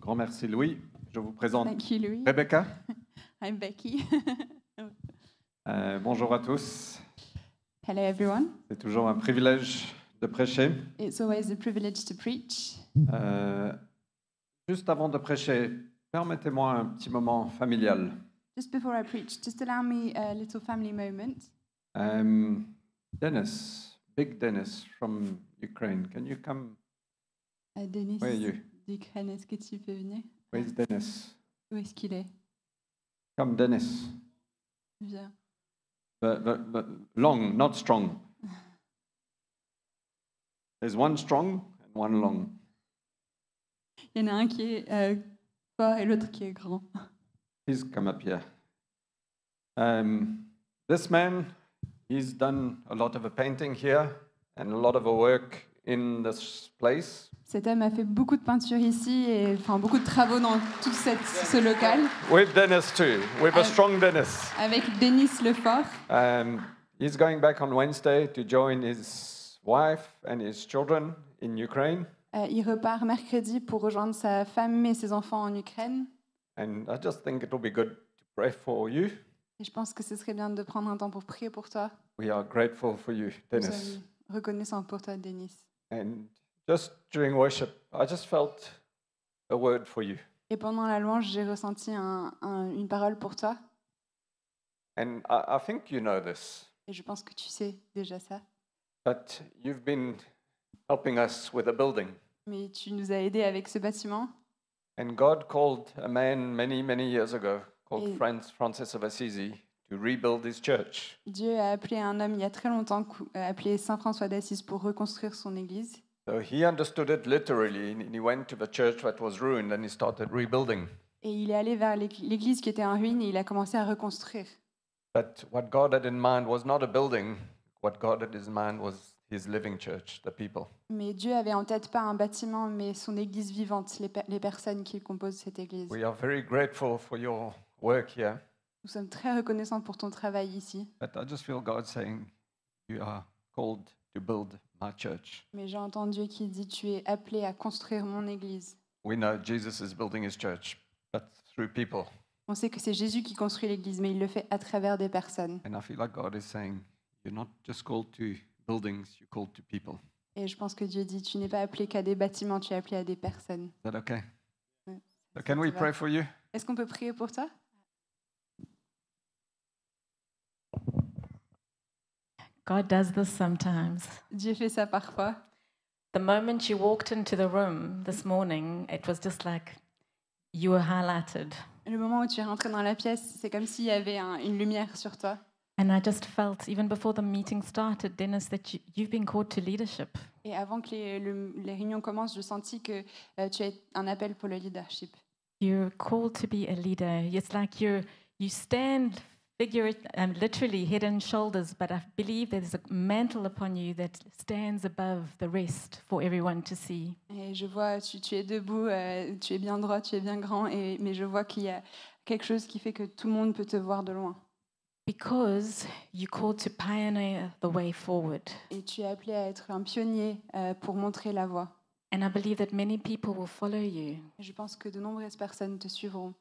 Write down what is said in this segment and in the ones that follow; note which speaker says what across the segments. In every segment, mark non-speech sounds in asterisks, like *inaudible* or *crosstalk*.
Speaker 1: Grand merci, Louis. Je vous présente
Speaker 2: Thank you, Louis.
Speaker 1: Rebecca.
Speaker 2: I'm Becky. *laughs*
Speaker 1: Euh, bonjour à tous.
Speaker 2: Hello, everyone.
Speaker 1: C'est toujours un privilège de prêcher.
Speaker 2: It's always a privilege to preach.
Speaker 1: Euh, juste avant de prêcher, permettez-moi un petit moment familial.
Speaker 2: Just before I preach, just allow me a little family moment.
Speaker 1: Um, Dennis, big Dennis from Ukraine. Can you come?
Speaker 2: Euh, Denis
Speaker 1: Where are you?
Speaker 2: d'Ukraine, est-ce que tu peux venir
Speaker 1: Where's Dennis?
Speaker 2: Où est-ce qu'il est
Speaker 1: Come, Dennis.
Speaker 2: Viens.
Speaker 1: The, the, the long, not strong. There's one strong and one long.
Speaker 2: Il y en a un qui est euh, fort et l'autre qui est grand.
Speaker 1: Please come up here. Um, this man, he's done a lot of a painting here and a lot of a work in this place.
Speaker 2: Cet homme a fait beaucoup de peinture ici et enfin beaucoup de travaux dans tout cette- ce local
Speaker 1: With Dennis too, with a
Speaker 2: Um,
Speaker 1: strong Dennis.
Speaker 2: avec Denis Lefort.
Speaker 1: Um, he's going back on Wednesday to join his wife and his children in Ukraine.
Speaker 2: Euh, il repart mercredi pour rejoindre sa femme et ses enfants en Ukraine.
Speaker 1: And I just think it will be good to pray for you.
Speaker 2: Et je pense que ce serait bien de prendre un temps pour prier pour toi.
Speaker 1: We are grateful for you,
Speaker 2: Nous
Speaker 1: Dennis.
Speaker 2: sommes reconnaissants pour toi, Denis.
Speaker 1: And just during worship, I just felt a word for you.
Speaker 2: Et pendant la louange, j'ai ressenti un- un- une parole pour toi.
Speaker 1: And I, I think you know this,
Speaker 2: Et je pense que tu sais déjà ça.
Speaker 1: but you've been helping us with a building.
Speaker 2: Mais tu nous as aidés avec ce bâtiment.
Speaker 1: And God called a man many, many years ago called
Speaker 2: Mm.
Speaker 1: Franz Francis of Assisi to rebuild his church.
Speaker 2: Dieu a appelé un homme il y a très longtemps, cou- euh, appelé Saint François d'Assise, pour reconstruire son église.
Speaker 1: So he understood it literally, and he went to the church that was ruined and he started rebuilding.
Speaker 2: Et il est allé vers l'éc- l'église qui était en ruine et il a commencé à reconstruire.
Speaker 1: But what God had in mind was not a building. What God had in mind was his living church, the people.
Speaker 2: Mais Dieu avait en tête pas un bâtiment, mais son église vivante, les, pe- les personnes qui composent cette église.
Speaker 1: We are very grateful for your work here,
Speaker 2: Nous sommes très reconnaissants pour ton travail ici.
Speaker 1: but I just feel God saying, You are called to build my church.
Speaker 2: Mais j'ai entendu Dieu qui dit Tu es appelé à construire mon église.
Speaker 1: We know Jesus is building his church, but through people.
Speaker 2: On sait que c'est Jésus qui construit l'église, mais il le fait à travers des personnes.
Speaker 1: And I feel like God is saying, You're not just called to buildings, you're called to people.
Speaker 2: Et je pense que Dieu dit Tu n'es pas appelé qu'à des bâtiments, tu es appelé à des personnes.
Speaker 1: Is that okay?
Speaker 2: Mm.
Speaker 1: So can we
Speaker 2: That's
Speaker 1: pray for you?
Speaker 2: Est-ce qu'on peut prier pour toi
Speaker 3: God does this sometimes.
Speaker 2: Dieu fait ça parfois.
Speaker 3: The moment you walked into the room this morning, it was just like you were highlighted.
Speaker 2: Le moment où tu es rentré dans la pièce, c'est comme s'il y avait un- une lumière sur toi.
Speaker 3: And I just felt, even before the meeting started, Dennis, that you, you've been called to leadership.
Speaker 2: Et avant que les, le- les réunions commencent, je sentis que euh, tu as un appel pour le leadership.
Speaker 3: You're called to be a leader. It's like you you stand figure um, literally head and shoulders, but I believe there's a mantle upon you that stands above the rest for everyone to see.
Speaker 2: Et je vois, tu, tu es debout, euh, tu es bien droit, tu es bien grand, et, mais je vois qu'il y a quelque chose qui fait que tout le monde peut te voir de loin.
Speaker 3: Because you're called to pioneer the way forward.
Speaker 2: Et tu es appelé à être un pionnier euh, pour montrer la voie.
Speaker 3: And I believe that many people will follow you.
Speaker 2: Et Je pense que de nombreuses personnes te suivront.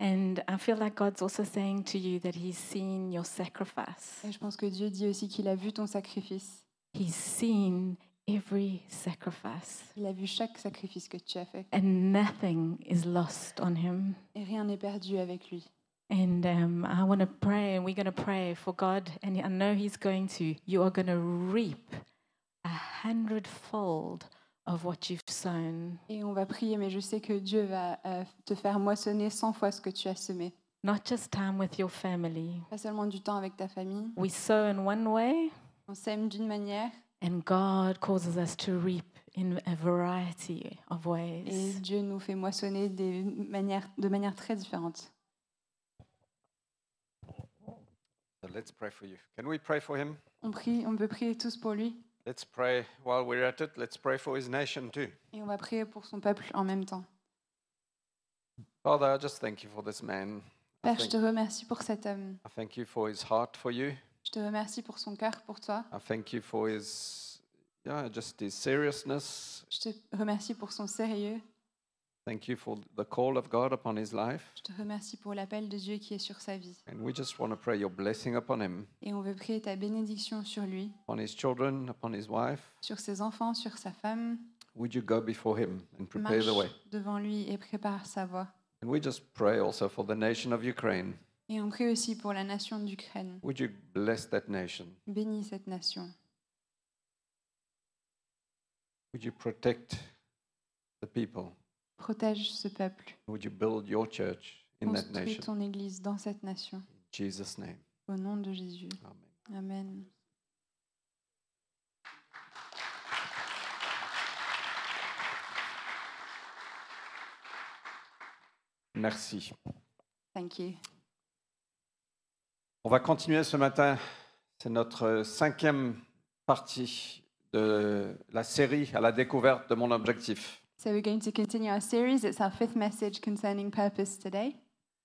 Speaker 3: And I feel like God's also saying to you that He's seen your sacrifice.
Speaker 2: Et je pense que Dieu dit aussi qu'il a vu ton sacrifice.
Speaker 3: He's seen every sacrifice,
Speaker 2: Il a vu chaque sacrifice que tu as fait.
Speaker 3: and nothing is lost on Him.
Speaker 2: Et rien n'est perdu avec lui.
Speaker 3: And um, I want to pray, and we're going to pray for God. And I know He's going to, you are going to reap a hundredfold of what you've sown.
Speaker 2: Et on va prier, mais je sais que Dieu va euh, te faire moissonner 100 fois ce que tu as semé.
Speaker 3: Not just time with your family.
Speaker 2: Pas seulement du temps avec ta famille.
Speaker 3: We sow in one way,
Speaker 2: On sème d'une manière
Speaker 3: and God causes us to reap in a variety of ways.
Speaker 2: et Dieu nous fait moissonner des manières, de manière très différente.
Speaker 1: So let's pray for you. Can we pray for him?
Speaker 2: On, prie, on peut prier tous pour lui
Speaker 1: Let's pray while we're at it. Let's pray for his nation too.
Speaker 2: et on va prier pour son peuple en même temps.
Speaker 1: Father, I just thank you for this man. I
Speaker 2: Père, je
Speaker 1: thank,
Speaker 2: te remercie pour cet homme.
Speaker 1: I thank you for his heart for you.
Speaker 2: Je te remercie pour son cœur, pour toi.
Speaker 1: I thank you for his, yeah, just his seriousness.
Speaker 2: Je te remercie pour son sérieux.
Speaker 1: Thank you for the call of God upon his life.
Speaker 2: Je te remercie pour l'appel de Dieu qui est sur sa vie.
Speaker 1: And we just want to pray your blessing upon him,
Speaker 2: Et on veut prier ta bénédiction sur lui,
Speaker 1: upon his children, upon his wife.
Speaker 2: sur ses enfants, sur sa femme.
Speaker 1: Would you go before him and prepare
Speaker 2: Marche
Speaker 1: the way?
Speaker 2: devant lui et prépare sa voie.
Speaker 1: And we just pray also for the nation of Ukraine.
Speaker 2: Et on prie aussi pour la nation d'Ukraine.
Speaker 1: Would you bless that nation?
Speaker 2: Bénis cette nation.
Speaker 1: Would you protect the people?
Speaker 2: Protège ce peuple.
Speaker 1: Would you build your church in that
Speaker 2: Construis
Speaker 1: nation?
Speaker 2: ton église dans cette nation.
Speaker 1: In Jesus' name.
Speaker 2: Au nom de Jésus.
Speaker 1: Amen.
Speaker 2: Amen.
Speaker 1: Merci.
Speaker 2: Thank you.
Speaker 1: On va continuer ce matin. C'est notre cinquième partie de la série à la découverte de mon objectif.
Speaker 2: So we're going to continue our series. It's our fifth message concerning purpose today.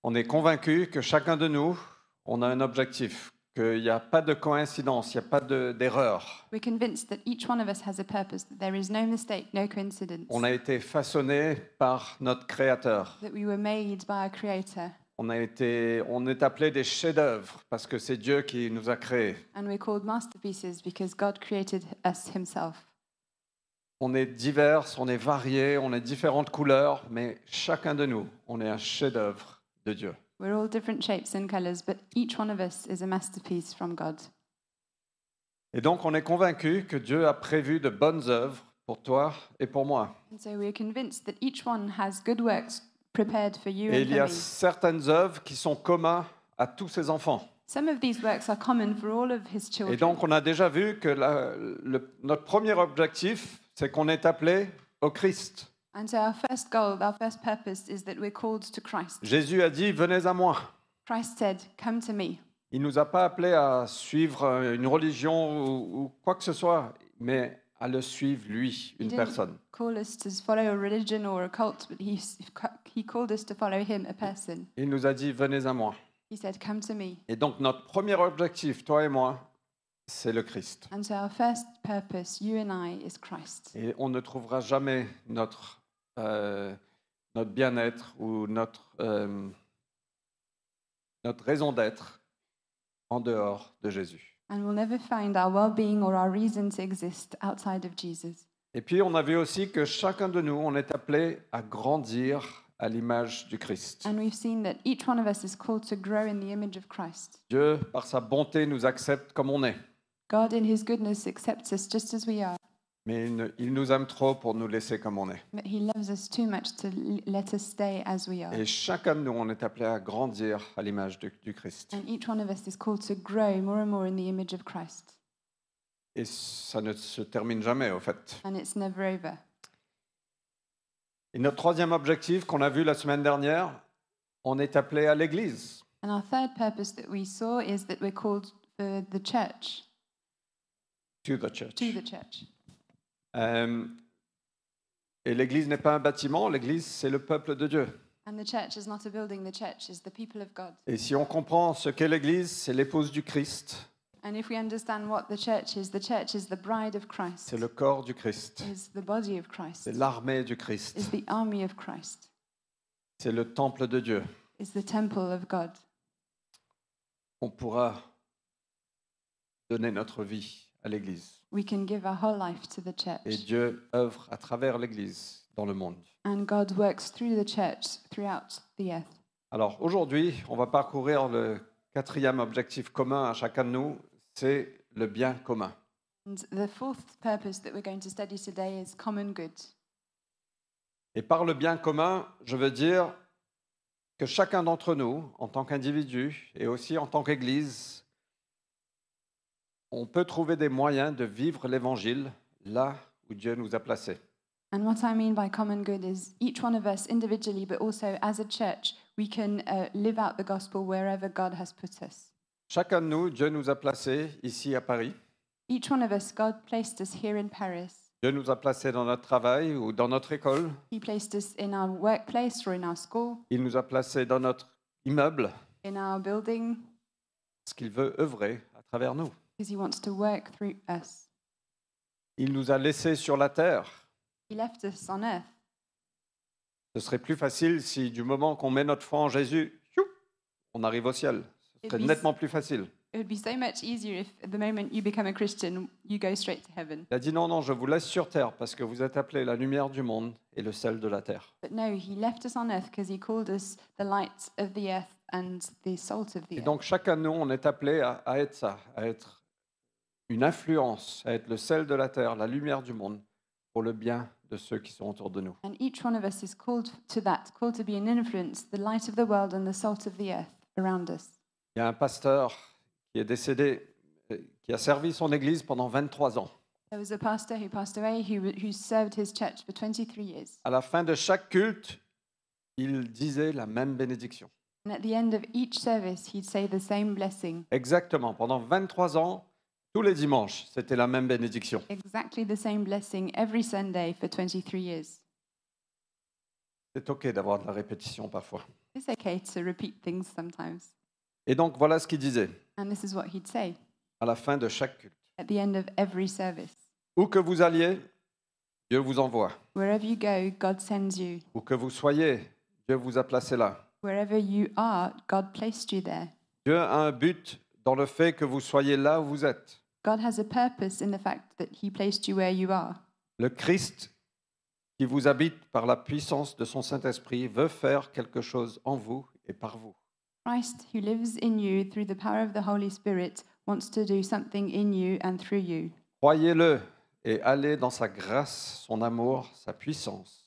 Speaker 1: On est convaincu que chacun de nous, on a un objectif, qu'il n'y a pas de coïncidence, il n'y a pas de- d'erreur.
Speaker 2: We're convinced that each one of us has a purpose, that there is no mistake, no coincidence,
Speaker 1: on a été façonné par notre Créateur.
Speaker 2: that we were made by our Creator,
Speaker 1: On, a été, on est appelé des chefs-d'œuvre parce que c'est Dieu qui nous a créés.
Speaker 2: and we're called masterpieces because God created us Himself.
Speaker 1: On est divers, on est variés, on est différentes couleurs, mais chacun de nous, on est un chef-d'œuvre de Dieu.
Speaker 2: We're all different shapes and colors, but each one of us is a masterpiece from God.
Speaker 1: Et donc, on est convaincu que Dieu a prévu de bonnes œuvres pour toi et pour moi.
Speaker 2: And so we're convinced that each one has good works prepared for you
Speaker 1: Et
Speaker 2: and
Speaker 1: il
Speaker 2: for
Speaker 1: y a
Speaker 2: me.
Speaker 1: certaines œuvres qui sont communes à tous ses enfants.
Speaker 2: Some of these works are common for all of His
Speaker 1: Et
Speaker 2: children.
Speaker 1: donc, on a déjà vu que la- le- notre premier objectif, c'est qu'on est appelé au Christ.
Speaker 2: And so our first goal, our first purpose is that we're called to Christ.
Speaker 1: Jésus a dit, venez à moi.
Speaker 2: Christ said, Come to me.
Speaker 1: Il ne nous a pas appelés à suivre euh, une religion ou, ou quoi que ce soit, mais à le suivre, lui, une
Speaker 2: didn't-
Speaker 1: personne.
Speaker 2: Call us to follow a religion or a cult, but he, he called us to follow him, a person.
Speaker 1: Il nous a dit, venez à moi.
Speaker 2: He said, Come to me.
Speaker 1: Et donc, notre premier objectif, toi et moi, c'est le Christ.
Speaker 2: And so our first purpose, you and I, is Christ.
Speaker 1: Et on ne trouvera jamais notre, euh, notre bien-être ou notre, euh, notre raison d'être en dehors de Jésus.
Speaker 2: And we'll never find our well being or our reason to exist outside of Jesus.
Speaker 1: Et puis, on a vu aussi que chacun de nous, on est appelé à grandir à l'image du Christ.
Speaker 2: And we've seen that each one of us is called to grow in the image of Christ.
Speaker 1: Dieu, par sa bonté, nous accepte comme on est.
Speaker 2: God, in his goodness, accepts us just as we are,
Speaker 1: Mais il, ne- il nous aime trop pour nous laisser comme on est.
Speaker 2: but he loves us too much to l- let us stay as we are.
Speaker 1: Et chacun de nous, on est appelé à grandir à l'image du, du Christ.
Speaker 2: And each one of us is called to grow more and more in the image of Christ.
Speaker 1: Et ça ne se termine jamais, au fait.
Speaker 2: And it's never over.
Speaker 1: Et notre troisième objectif qu'on a vu la semaine dernière, on est appelé à l'Église.
Speaker 2: And our third purpose that we saw is that we're called for the church,
Speaker 1: To the church.
Speaker 2: to the church.
Speaker 1: Euh, et l'Église n'est pas un bâtiment, l'Église, c'est le peuple de Dieu.
Speaker 2: And the church is not a building, the church is the people of God.
Speaker 1: Et si on comprend ce qu'est l'Église, c'est l'épouse du Christ,
Speaker 2: And if we understand what the church is, the church is the bride of Christ,
Speaker 1: c'est le corps du Christ,
Speaker 2: is the body of Christ,
Speaker 1: c'est l'armée du Christ,
Speaker 2: is the army of Christ,
Speaker 1: c'est le temple de Dieu.
Speaker 2: is the temple of God.
Speaker 1: on pourra donner notre vie à l'Église.
Speaker 2: We can give our whole life to the
Speaker 1: Et
Speaker 2: church.
Speaker 1: Dieu œuvre à travers l'Église dans le monde.
Speaker 2: And God works through the church throughout the earth.
Speaker 1: Alors aujourd'hui, on va parcourir le quatrième objectif commun à chacun de nous, c'est le bien commun.
Speaker 2: And the fourth purpose that we're going to study today is common good.
Speaker 1: Et par le bien commun, je veux dire que chacun d'entre nous, en tant qu'individu et aussi en tant qu'Église, on peut trouver des moyens de vivre l'Évangile là où Dieu nous a placés.
Speaker 2: And what I mean by common good is each one of us individually, but also as a church, we can uh, live out the gospel wherever God has put us.
Speaker 1: Chacun de nous, Dieu nous a placés ici à Paris.
Speaker 2: Each one of us, God placed us here in Paris.
Speaker 1: Dieu nous a placés dans notre travail ou dans notre école.
Speaker 2: He placed us in our workplace or in our school,
Speaker 1: Il nous a placés dans notre immeuble,
Speaker 2: in our building,
Speaker 1: parce qu'il veut œuvrer à travers nous.
Speaker 2: because He wants to work through us.
Speaker 1: Il nous a laissés sur la terre,
Speaker 2: He left us on earth
Speaker 1: Ce serait plus facile si, du moment qu'on met notre foi en Jésus, chou, on arrive au ciel. Ce
Speaker 2: Et
Speaker 1: serait
Speaker 2: puis-
Speaker 1: nettement plus facile.
Speaker 2: It would be so much easier if, at the moment you become a Christian, you go straight to heaven.
Speaker 1: Il a dit non, non, je vous laisse sur terre parce que vous êtes appelés la lumière du monde et le sel de la terre.
Speaker 2: But no, He left us on earth because He called us the light of the earth and the salt of the
Speaker 1: Et
Speaker 2: earth.
Speaker 1: donc chacun de nous, on est appelé à, à être ça, à être une influence, à être le sel de la terre, la lumière du monde, pour le bien de ceux qui sont autour de nous.
Speaker 2: And each one of us is called to that, called to be an influence, the light of the world and the salt of the earth around us.
Speaker 1: Il y a un pasteur qui est décédé, euh, qui a servi son église pendant 23 ans.
Speaker 2: There was a pastor who passed away who, who served his church for 23 years.
Speaker 1: À la fin de chaque culte, il disait la même bénédiction.
Speaker 2: And at the end of each service, he'd say the same blessing,
Speaker 1: Exactement, pendant 23 ans, tous les dimanches, c'était la même bénédiction.
Speaker 2: exactly the same blessing every Sunday for 23 years.
Speaker 1: C'est OK d'avoir de la répétition parfois.
Speaker 2: It's okay to repeat things sometimes.
Speaker 1: Et donc voilà ce qu'il disait
Speaker 2: And this is what he'd say
Speaker 1: à la fin de chaque culte.
Speaker 2: at the end of every service.
Speaker 1: Où que vous alliez, Dieu vous envoie.
Speaker 2: Wherever you go, God sends you.
Speaker 1: Où que vous soyez, Dieu vous a placé là.
Speaker 2: Wherever you are, God placed you there.
Speaker 1: Dieu a un but dans le fait que vous soyez là où vous êtes.
Speaker 2: God has a purpose in the fact that he placed you where you are.
Speaker 1: Le Christ qui vous habite par la puissance de son Saint-Esprit veut faire quelque chose en vous et par vous.
Speaker 2: Christ, who lives in you through the power of the Holy Spirit, wants to do something in you and through you.
Speaker 1: Croyez-le et allez dans sa grâce, son amour, sa puissance.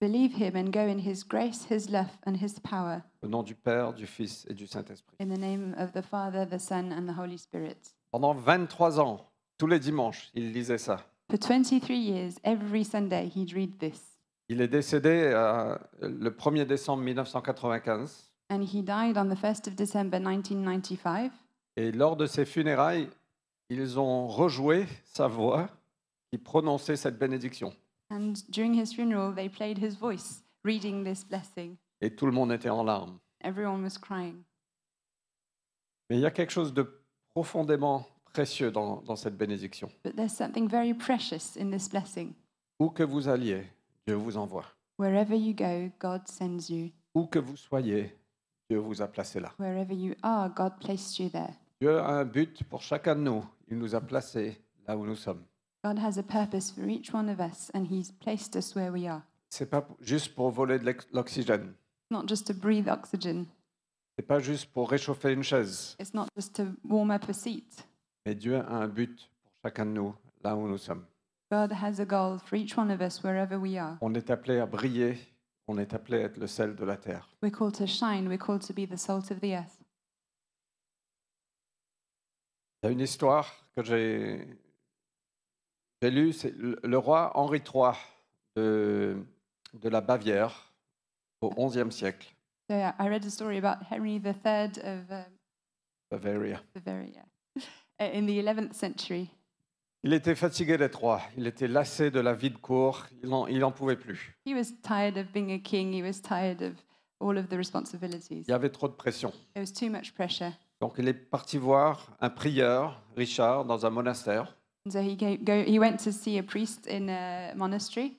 Speaker 2: Believe him and go in his grace, his love, and his power.
Speaker 1: Au nom du Père, du Fils et du Saint-Esprit.
Speaker 2: In the name of the Father, the Son, and the Holy Spirit.
Speaker 1: Pendant 23 ans, tous les dimanches, il lisait ça.
Speaker 2: For 23 years, every Sunday, he'd read this.
Speaker 1: Il est décédé euh, le 1er décembre 1995.
Speaker 2: And he died on the 1st of December 1995.
Speaker 1: Et lors de ses funérailles, ils ont rejoué sa voix qui prononçait cette bénédiction.
Speaker 2: And during his funeral, they played his voice, reading this blessing.
Speaker 1: Et tout le monde était en larmes.
Speaker 2: Everyone was crying.
Speaker 1: Mais il y a quelque chose de profondément précieux dans, dans cette bénédiction.
Speaker 2: But there's something very precious in this blessing.
Speaker 1: Où que vous alliez, Dieu vous envoie.
Speaker 2: Wherever you go, God sends you.
Speaker 1: Où que vous soyez, Dieu vous a placé là.
Speaker 2: Wherever you are, God placed you there.
Speaker 1: Dieu a un but pour chacun de nous. Il nous a placés là où nous sommes.
Speaker 2: God has a purpose for each one of us, and He's placed us where we are.
Speaker 1: C'est pas pour- juste pour voler de l'ex- l'oxygène.
Speaker 2: Not just to breathe oxygen,
Speaker 1: C'est pas juste pour réchauffer une chaise.
Speaker 2: it's not just to warm up a seat.
Speaker 1: Mais Dieu a un but pour chacun de nous là où nous sommes.
Speaker 2: God has a goal for each one of us wherever we are.
Speaker 1: On est appelé à briller, on est appelé à être le sel de la terre.
Speaker 2: We're called to shine, we're called to be the salt of the earth.
Speaker 1: Il y a une histoire que j'ai j'ai lue, c'est le le roi Henri III de, de la Bavière au XIe siècle,
Speaker 2: So I- I read a story about Henry III of um,
Speaker 1: Bavaria.
Speaker 2: Bavaria *laughs* uh, in the 11th century.
Speaker 1: Il était fatigué d'être roi, il était lassé de la vie de cour, il n'en il en pouvait plus.
Speaker 2: He was tired of being a king, he was tired of all of the responsibilities.
Speaker 1: Il y avait trop de pression.
Speaker 2: There was too much pressure.
Speaker 1: Donc il est parti voir un prieur, Richard, dans un monastère.
Speaker 2: And so he, go, go, he went to see a priest in a monastery.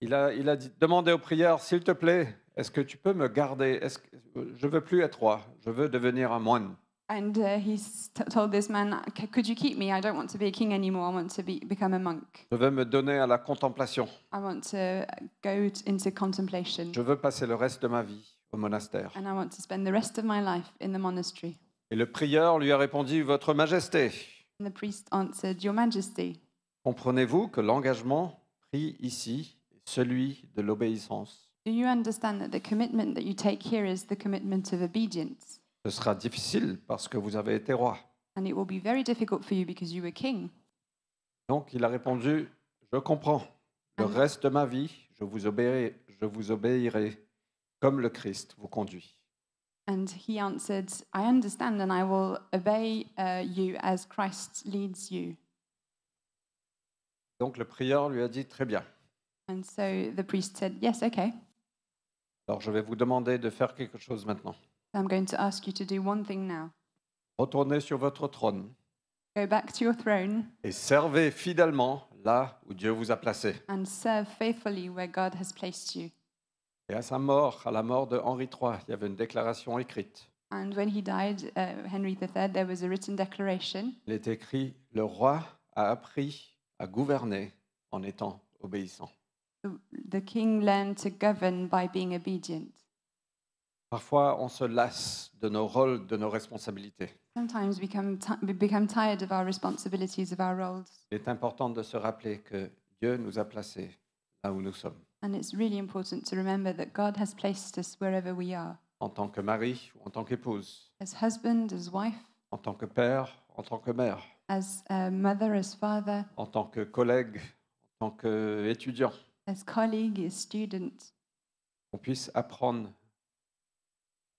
Speaker 1: Il a, il a dit, demandé au prieur, s'il te plaît, est-ce que tu peux me garder Est-ce que- Je veux plus être roi, je veux devenir un moine.
Speaker 2: And uh, he s- t- told this man, "C- Could you keep me? I don't want to be a king anymore. I want to be, become a monk.
Speaker 1: Je veux me donner à la contemplation.
Speaker 2: I want to uh, go t- into contemplation.
Speaker 1: Je veux passer le reste de ma vie au monastère.
Speaker 2: And I want to spend the rest of my life in the monastery.
Speaker 1: Et le prieur lui a répondu, Votre Majesté,
Speaker 2: And the priest answered, Your Majesty,
Speaker 1: comprenez-vous que l'engagement pris ici est celui de l'obéissance
Speaker 2: do you understand that the commitment that you take here is the commitment of obedience?
Speaker 1: Ce sera difficile parce que vous avez été roi.
Speaker 2: And it will be very difficult for you because you were king.
Speaker 1: Donc il a répondu, Je comprends. Le
Speaker 2: Amen.
Speaker 1: reste de ma vie, je vous obéirai, je vous obéirai comme le Christ vous conduit.
Speaker 2: And he answered, I understand and I will obey uh, you as Christ leads you.
Speaker 1: Donc le prieur lui a dit, Très bien.
Speaker 2: And so the priest said, Yes, okay.
Speaker 1: Alors je vais vous demander de faire quelque chose maintenant.
Speaker 2: I'm going to ask you to do one thing now
Speaker 1: Retournez sur votre trône
Speaker 2: go back to your throne
Speaker 1: et servez fidèlement là où Dieu vous a placé.
Speaker 2: and serve faithfully where God has placed you.
Speaker 1: Et à sa mort, à la mort de Henri III, il y avait une déclaration écrite.
Speaker 2: And when he died, uh, Henry III, there was a written declaration.
Speaker 1: Il est écrit Le roi a appris à gouverner en étant obéissant.
Speaker 2: The- The king learned to govern by being obedient.
Speaker 1: Parfois, on se lasse de nos rôles, de nos responsabilités.
Speaker 2: Sometimes we become, ti we become tired of our responsibilities, of our roles,
Speaker 1: Il est important de se rappeler que Dieu nous a placés là où nous sommes,
Speaker 2: and it's really important to remember that God has placed us wherever we are
Speaker 1: en tant que mari, ou en tant qu'épouse,
Speaker 2: as husband, as wife,
Speaker 1: en tant que père, en tant que mère,
Speaker 2: as uh, mother, as father,
Speaker 1: en tant que collègue, en tant qu'étudiant,
Speaker 2: as colleague, as student,
Speaker 1: qu'on puisse apprendre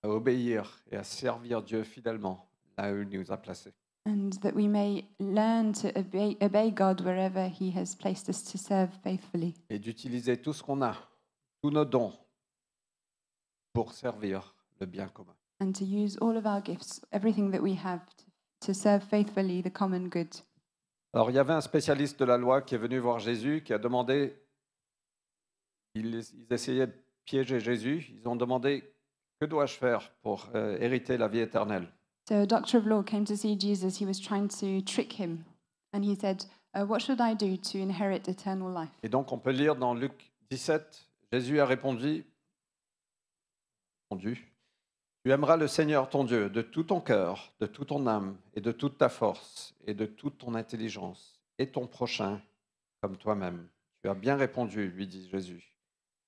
Speaker 1: à obéir et à servir Dieu fidèlement là où il nous a placés.
Speaker 2: and that we may learn to obey, obey God wherever He has placed us to serve faithfully,
Speaker 1: et d'utiliser tout ce qu'on a, tous nos dons, pour servir le bien commun.
Speaker 2: and to use all of our gifts, everything that we have, to, to serve faithfully the common good.
Speaker 1: Alors il y avait un spécialiste de la loi qui est venu voir Jésus, qui a demandé, ils, ils essayaient de piéger Jésus, ils ont demandé, que dois-je faire pour euh, hériter la vie éternelle
Speaker 2: So a doctor of law came to see Jesus. He was trying to trick him, and he said, uh, "What should I do to inherit eternal life?"
Speaker 1: Et donc on peut lire dans Luc 17, Jésus a répondu, répondu Tu aimeras le Seigneur ton Dieu de tout ton cœur, de toute ton âme et de toute ta force et de toute ton intelligence et ton prochain comme toi-même. Tu as bien répondu, lui dit Jésus.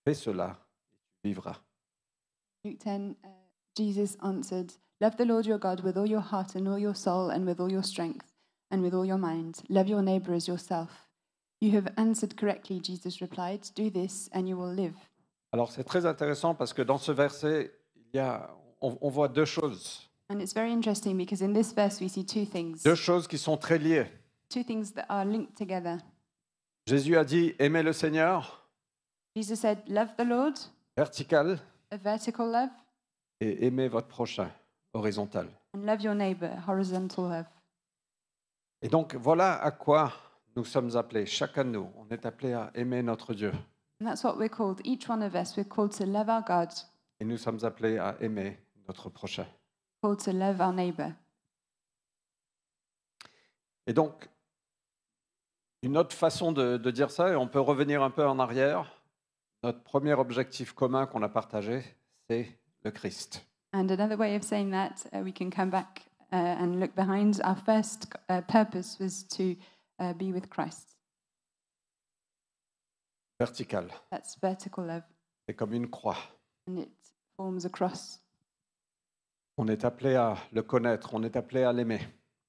Speaker 1: Fais cela et tu vivras.
Speaker 2: Luke 10, uh, Jesus answered, Love the Lord your God with all your heart and all your soul and with all your strength and with all your mind. Love your neighbor as yourself. You have answered correctly, Jesus replied. Do this and you will live.
Speaker 1: Alors c'est très intéressant parce que dans ce verset, il y a, on- on voit deux choses,
Speaker 2: And it's very interesting because in this verse we see two things,
Speaker 1: deux choses qui sont très liées.
Speaker 2: two things that are linked together.
Speaker 1: Jésus a dit aimer le Seigneur,
Speaker 2: Jesus said, Love the Lord,
Speaker 1: vertical,
Speaker 2: a vertical love,
Speaker 1: et aimer votre prochain, horizontal.
Speaker 2: and love your neighbor, a horizontal love.
Speaker 1: Et donc voilà à quoi nous sommes appelés, chacun de nous. On est appelé à aimer notre Dieu
Speaker 2: And that's what we're called. Each one of us, we're called to love our God,
Speaker 1: et nous sommes appelés à aimer notre prochain.
Speaker 2: called to love our neighbor.
Speaker 1: Et donc, une autre façon de, de dire ça, et on peut revenir un peu en arrière, notre premier objectif commun qu'on a partagé, c'est le Christ.
Speaker 2: And another way of saying that, uh, we can come back uh, and look behind. Our first uh, purpose was to uh, be with Christ.
Speaker 1: Vertical,
Speaker 2: That's vertical love,
Speaker 1: c'est comme une croix.
Speaker 2: and it forms a cross.
Speaker 1: On est appelé à le connaître, on est appelé à l'aimer.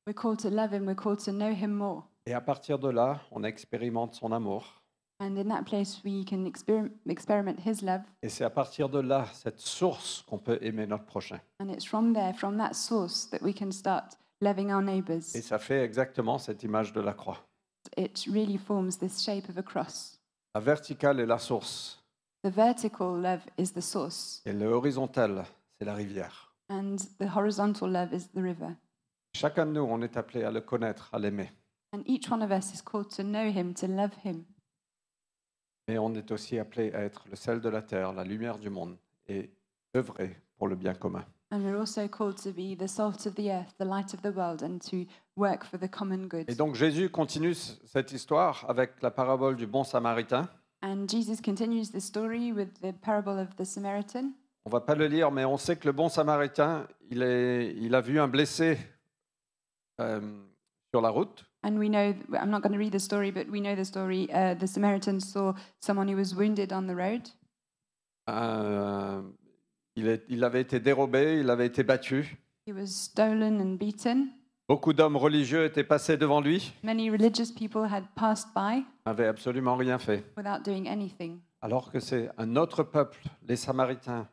Speaker 2: We're called to love Him, we're called to know Him more.
Speaker 1: Et à partir de là, on expérimente son amour.
Speaker 2: And in that place, we can exper- experiment His love.
Speaker 1: Et c'est à partir de là, cette source, qu'on peut aimer notre prochain.
Speaker 2: And it's from there, from that source, that we can start loving our
Speaker 1: Et
Speaker 2: neighbors.
Speaker 1: ça fait exactement cette image de la croix.
Speaker 2: It really forms this shape of a cross.
Speaker 1: La verticale est la source
Speaker 2: The vertical love is the source,
Speaker 1: et le horizontal, c'est la rivière.
Speaker 2: and the horizontal love is the river.
Speaker 1: Chacun de nous, on est appelé à le connaître, à l'aimer.
Speaker 2: And each one of us is called to know Him, to love Him.
Speaker 1: Mais on est aussi appelé à être le sel de la terre, la lumière du monde et œuvrer pour le bien commun.
Speaker 2: And we're also called to be the salt of the earth, the light of the world, and to work for the common good.
Speaker 1: Et donc Jésus continue c- cette histoire avec la parabole du bon samaritain.
Speaker 2: and Jesus continues the story with the parable of the Samaritan.
Speaker 1: On va pas le lire, mais on sait que le bon samaritain, il, est, il a vu un blessé euh, sur la route.
Speaker 2: And we know, I'm not going to read the story, but we know the story. Uh, the Samaritan saw someone who was wounded on the road.
Speaker 1: Euh, il, est- il avait été dérobé, il avait été battu.
Speaker 2: He was stolen and beaten.
Speaker 1: Beaucoup d'hommes religieux étaient passés devant lui,
Speaker 2: Many religious people had passed by
Speaker 1: n'avaient absolument rien fait.
Speaker 2: without doing anything.
Speaker 1: Alors que c'est un autre peuple, les Samaritains.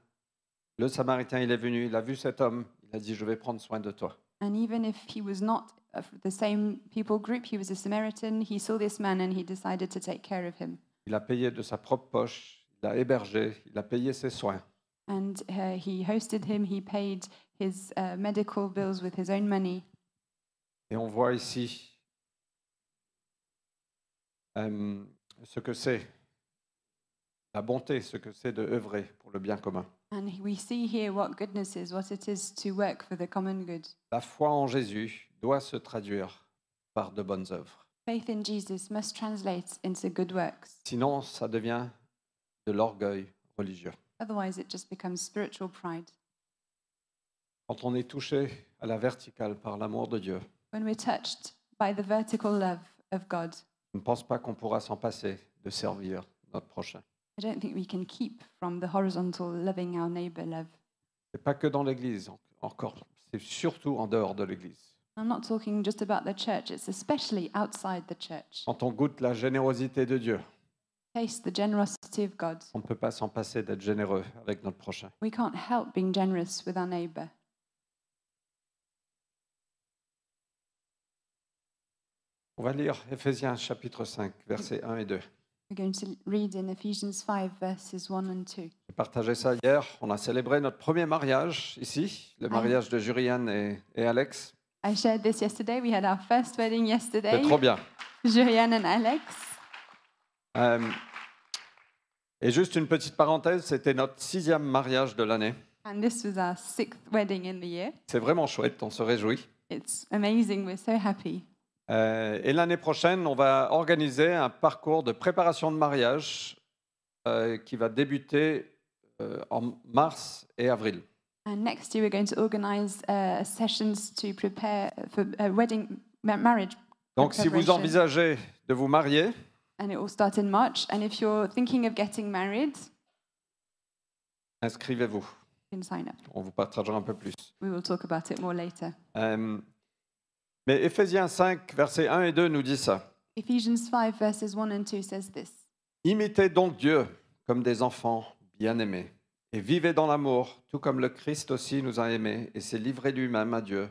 Speaker 1: Le Samaritain, il est venu, il a vu cet homme, il a dit, je vais prendre soin de toi.
Speaker 2: And even if he was not of the same people group, he was a Samaritan, he saw this man and he decided to take care of him.
Speaker 1: Il a payé de sa propre poche, il a hébergé, il a payé ses soins.
Speaker 2: And uh, he hosted him, he paid his uh, medical bills with his own money.
Speaker 1: Et on voit ici euh, ce que c'est la bonté, ce que c'est de œuvrer pour le bien commun.
Speaker 2: And we see here what goodness is, what it is to work for the common good.
Speaker 1: La foi en Jésus doit se traduire par de bonnes œuvres.
Speaker 2: Faith in Jesus must translate into good works.
Speaker 1: Sinon, ça devient de l'orgueil religieux.
Speaker 2: Otherwise, it just becomes spiritual pride.
Speaker 1: Quand on est touché à la verticale par l'amour de Dieu,
Speaker 2: When we're touched by the vertical love of God,
Speaker 1: je ne pense pas qu'on pourra s'en passer de servir notre prochain.
Speaker 2: I don't think we can keep from the horizontal loving our neighbor love.
Speaker 1: C'est pas que dans l'Église, en- encore, c'est surtout en dehors de l'Église.
Speaker 2: I'm not talking just about the church, it's especially outside the church.
Speaker 1: Quand on goûte la générosité de Dieu,
Speaker 2: Taste the generosity of God.
Speaker 1: on ne peut pas s'en passer d'être généreux avec notre prochain.
Speaker 2: We can't help being generous with our neighbor.
Speaker 1: On va lire Éphésiens chapitre 5, versets 1 et 2.
Speaker 2: We're going to read in Ephesians 5, verses 1 and 2.
Speaker 1: J'ai partagé ça hier. On a célébré notre premier mariage ici, le
Speaker 2: Ah.
Speaker 1: mariage de Juriane et, et Alex.
Speaker 2: I shared this yesterday. We had our first wedding yesterday,
Speaker 1: C'est trop bien.
Speaker 2: Jurian and Alex.
Speaker 1: Euh, et juste une petite parenthèse, c'était notre sixième mariage de l'année.
Speaker 2: And this was our sixth wedding in the year.
Speaker 1: C'est vraiment chouette, on se réjouit.
Speaker 2: It's amazing. We're so happy.
Speaker 1: Euh, et l'année prochaine, on va organiser un parcours de préparation de mariage euh, qui va débuter euh, en mars et avril.
Speaker 2: And next year, we're going to organize uh, sessions to prepare for a wedding ma- marriage.
Speaker 1: Donc si vous
Speaker 2: Preparation.
Speaker 1: envisagez de vous marier,
Speaker 2: And it will start in March. And if you're thinking of getting married, you
Speaker 1: inscrivez-vous.
Speaker 2: can sign up.
Speaker 1: On vous partagera un peu plus.
Speaker 2: We will talk about it more later.
Speaker 1: Euh, mais Éphésiens 5, versets 1 et 2 nous dit ça.
Speaker 2: Ephesians 5, verses 1 and 2 says this
Speaker 1: Imitez donc Dieu comme des enfants bien-aimés et vivez dans l'amour, tout comme le Christ aussi nous a aimés et s'est livré lui-même à Dieu,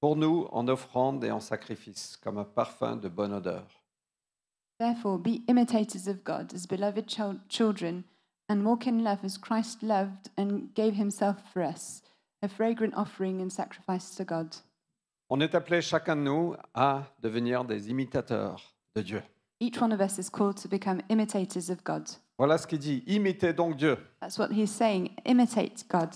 Speaker 1: pour nous en offrande et en sacrifice, comme un parfum de bonne odeur.
Speaker 2: Therefore, be imitators of God as beloved chil- children, and walk in love as Christ loved and gave himself for us, a fragrant offering and sacrifice to God.
Speaker 1: On est appelé chacun de nous à devenir des imitateurs de Dieu.
Speaker 2: Each one of us is called to become imitators of God.
Speaker 1: Voilà ce qu'il dit, imitez donc Dieu.
Speaker 2: That's what he's saying. Imitate God.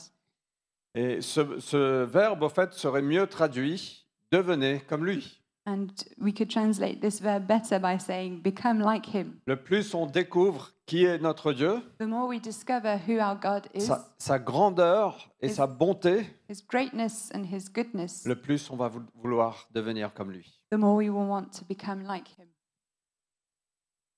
Speaker 1: Et ce, ce verbe, au fait, serait mieux traduit, devenez comme lui.
Speaker 2: And we could translate this verb better by saying, become like him.
Speaker 1: Le plus on découvre qui est notre Dieu,
Speaker 2: The more we discover who our God is,
Speaker 1: sa, sa grandeur et
Speaker 2: Is-
Speaker 1: sa bonté,
Speaker 2: his greatness and his goodness,
Speaker 1: le plus on va vou- vouloir devenir comme lui.
Speaker 2: the more we will want to become like him.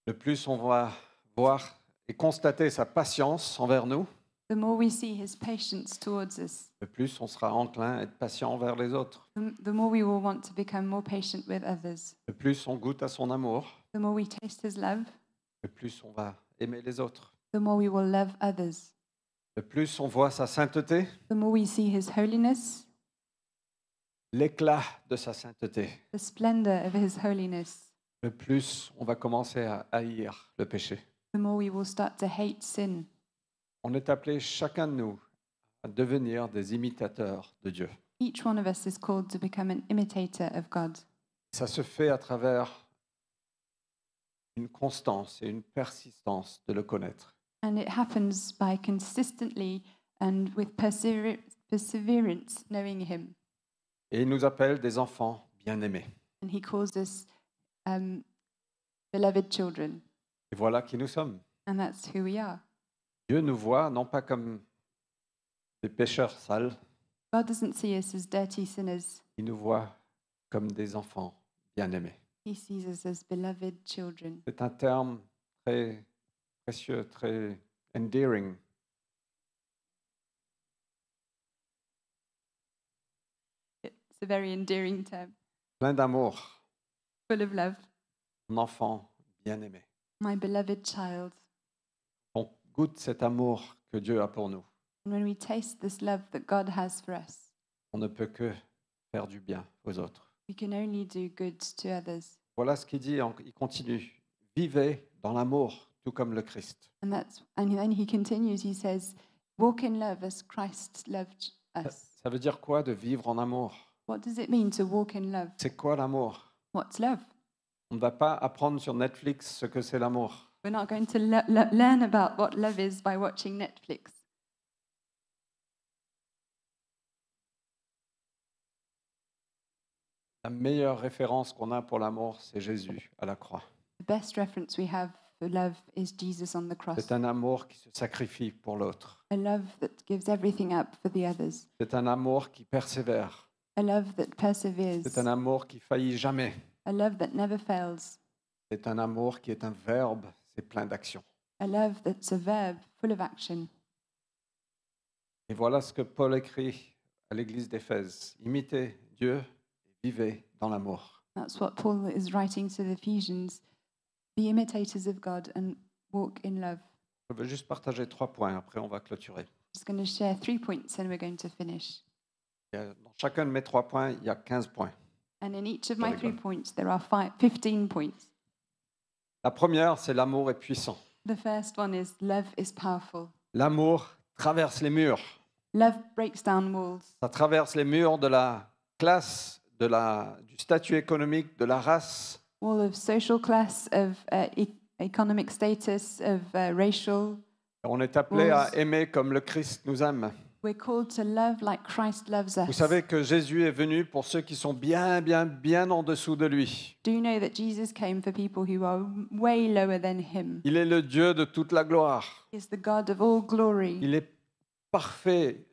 Speaker 1: Le plus on va voir et constater sa patience envers nous,
Speaker 2: The more we see his patience towards us,
Speaker 1: le plus on sera enclin à être patient envers les autres.
Speaker 2: the the more we will want to become more patient with others.
Speaker 1: Le plus on goûte à son amour,
Speaker 2: The more we taste his love,
Speaker 1: le plus on va aimer les autres.
Speaker 2: the more we will love others.
Speaker 1: Le plus on voit sa sainteté,
Speaker 2: The more we see his holiness,
Speaker 1: l'éclat de sa sainteté.
Speaker 2: the splendor of his holiness,
Speaker 1: Le plus on va commencer à haïr le péché.
Speaker 2: the more we will start to hate sin.
Speaker 1: On est appelé chacun de nous à devenir des imitateurs de Dieu.
Speaker 2: Each one of us is called to become an imitator of God.
Speaker 1: Ça se fait à travers une constance et une persistance de le connaître.
Speaker 2: And it happens by consistently and with persever- perseverance knowing him.
Speaker 1: Et il nous appelle des enfants bien-aimés.
Speaker 2: And he calls us um, beloved children.
Speaker 1: Et voilà qui nous sommes.
Speaker 2: And that's who we are.
Speaker 1: Dieu nous voit non pas comme des pécheurs sales,
Speaker 2: God doesn't see us as dirty sinners,
Speaker 1: il nous voit comme des enfants bien-aimés.
Speaker 2: he sees us as beloved children.
Speaker 1: C'est un terme très précieux, très endearing.
Speaker 2: It's a very endearing term,
Speaker 1: Plein d'amour,
Speaker 2: full of love.
Speaker 1: un enfant bien-aimé.
Speaker 2: My beloved child.
Speaker 1: On goûte cet amour que Dieu a pour nous.
Speaker 2: And when we taste this love that God has for us,
Speaker 1: On ne peut que faire du bien aux autres.
Speaker 2: we can only do good to others.
Speaker 1: Voilà ce qu'il dit, en- il continue. Vivez dans l'amour, tout comme le Christ.
Speaker 2: And that's and then he continues, he says, Walk in love as Christ loved us.
Speaker 1: Ça veut dire quoi de vivre en amour
Speaker 2: What does it mean to walk in love?
Speaker 1: C'est quoi l'amour
Speaker 2: What's love?
Speaker 1: On ne va pas apprendre sur Netflix ce que c'est l'amour.
Speaker 2: We're not going to le- le- learn about what love is by watching Netflix.
Speaker 1: La meilleure référence qu'on a pour l'amour, c'est Jésus à la croix.
Speaker 2: The best reference we have for love is Jesus on the cross,
Speaker 1: C'est un amour qui se sacrifie pour l'autre.
Speaker 2: a love that gives everything up for the others,
Speaker 1: C'est un amour qui persévère.
Speaker 2: a love that perseveres,
Speaker 1: C'est un amour qui faillit jamais.
Speaker 2: a love that never fails,
Speaker 1: C'est un amour qui est un verbe, c'est plein d'action.
Speaker 2: a love that's a verb full of action.
Speaker 1: Et voilà ce que Paul écrit à l'église d'Éphèse. Imitez Dieu et vivez dans l'amour.
Speaker 2: That's what Paul is writing to the Ephesians be imitators of God and walk in love.
Speaker 1: Je veux juste partager trois points, après on va clôturer.
Speaker 2: I'm just going to share three points and we're going to finish.
Speaker 1: Il y a- Dans chacun de mes trois points, il y a 15 points.
Speaker 2: And in each of
Speaker 1: Very
Speaker 2: my three
Speaker 1: good.
Speaker 2: points, there are five, 15 points.
Speaker 1: La première, c'est l'amour est puissant.
Speaker 2: The first one is love is powerful.
Speaker 1: L'amour traverse les murs.
Speaker 2: Love breaks down walls.
Speaker 1: Ça traverse les murs de la classe, de la, du statut économique, de la race.
Speaker 2: all of social class, of uh, e- economic status, of uh, racial.
Speaker 1: On est appelé à
Speaker 2: Rose.
Speaker 1: aimer comme le Christ nous aime.
Speaker 2: We're called to love like Christ loves us.
Speaker 1: Vous savez que Jésus est venu pour ceux qui sont bien, bien, bien en dessous de lui.
Speaker 2: Do you know that Jesus came for people who are way lower than him?
Speaker 1: Il est le Dieu de toute la gloire.
Speaker 2: He is the God of all glory.
Speaker 1: Il est parfait,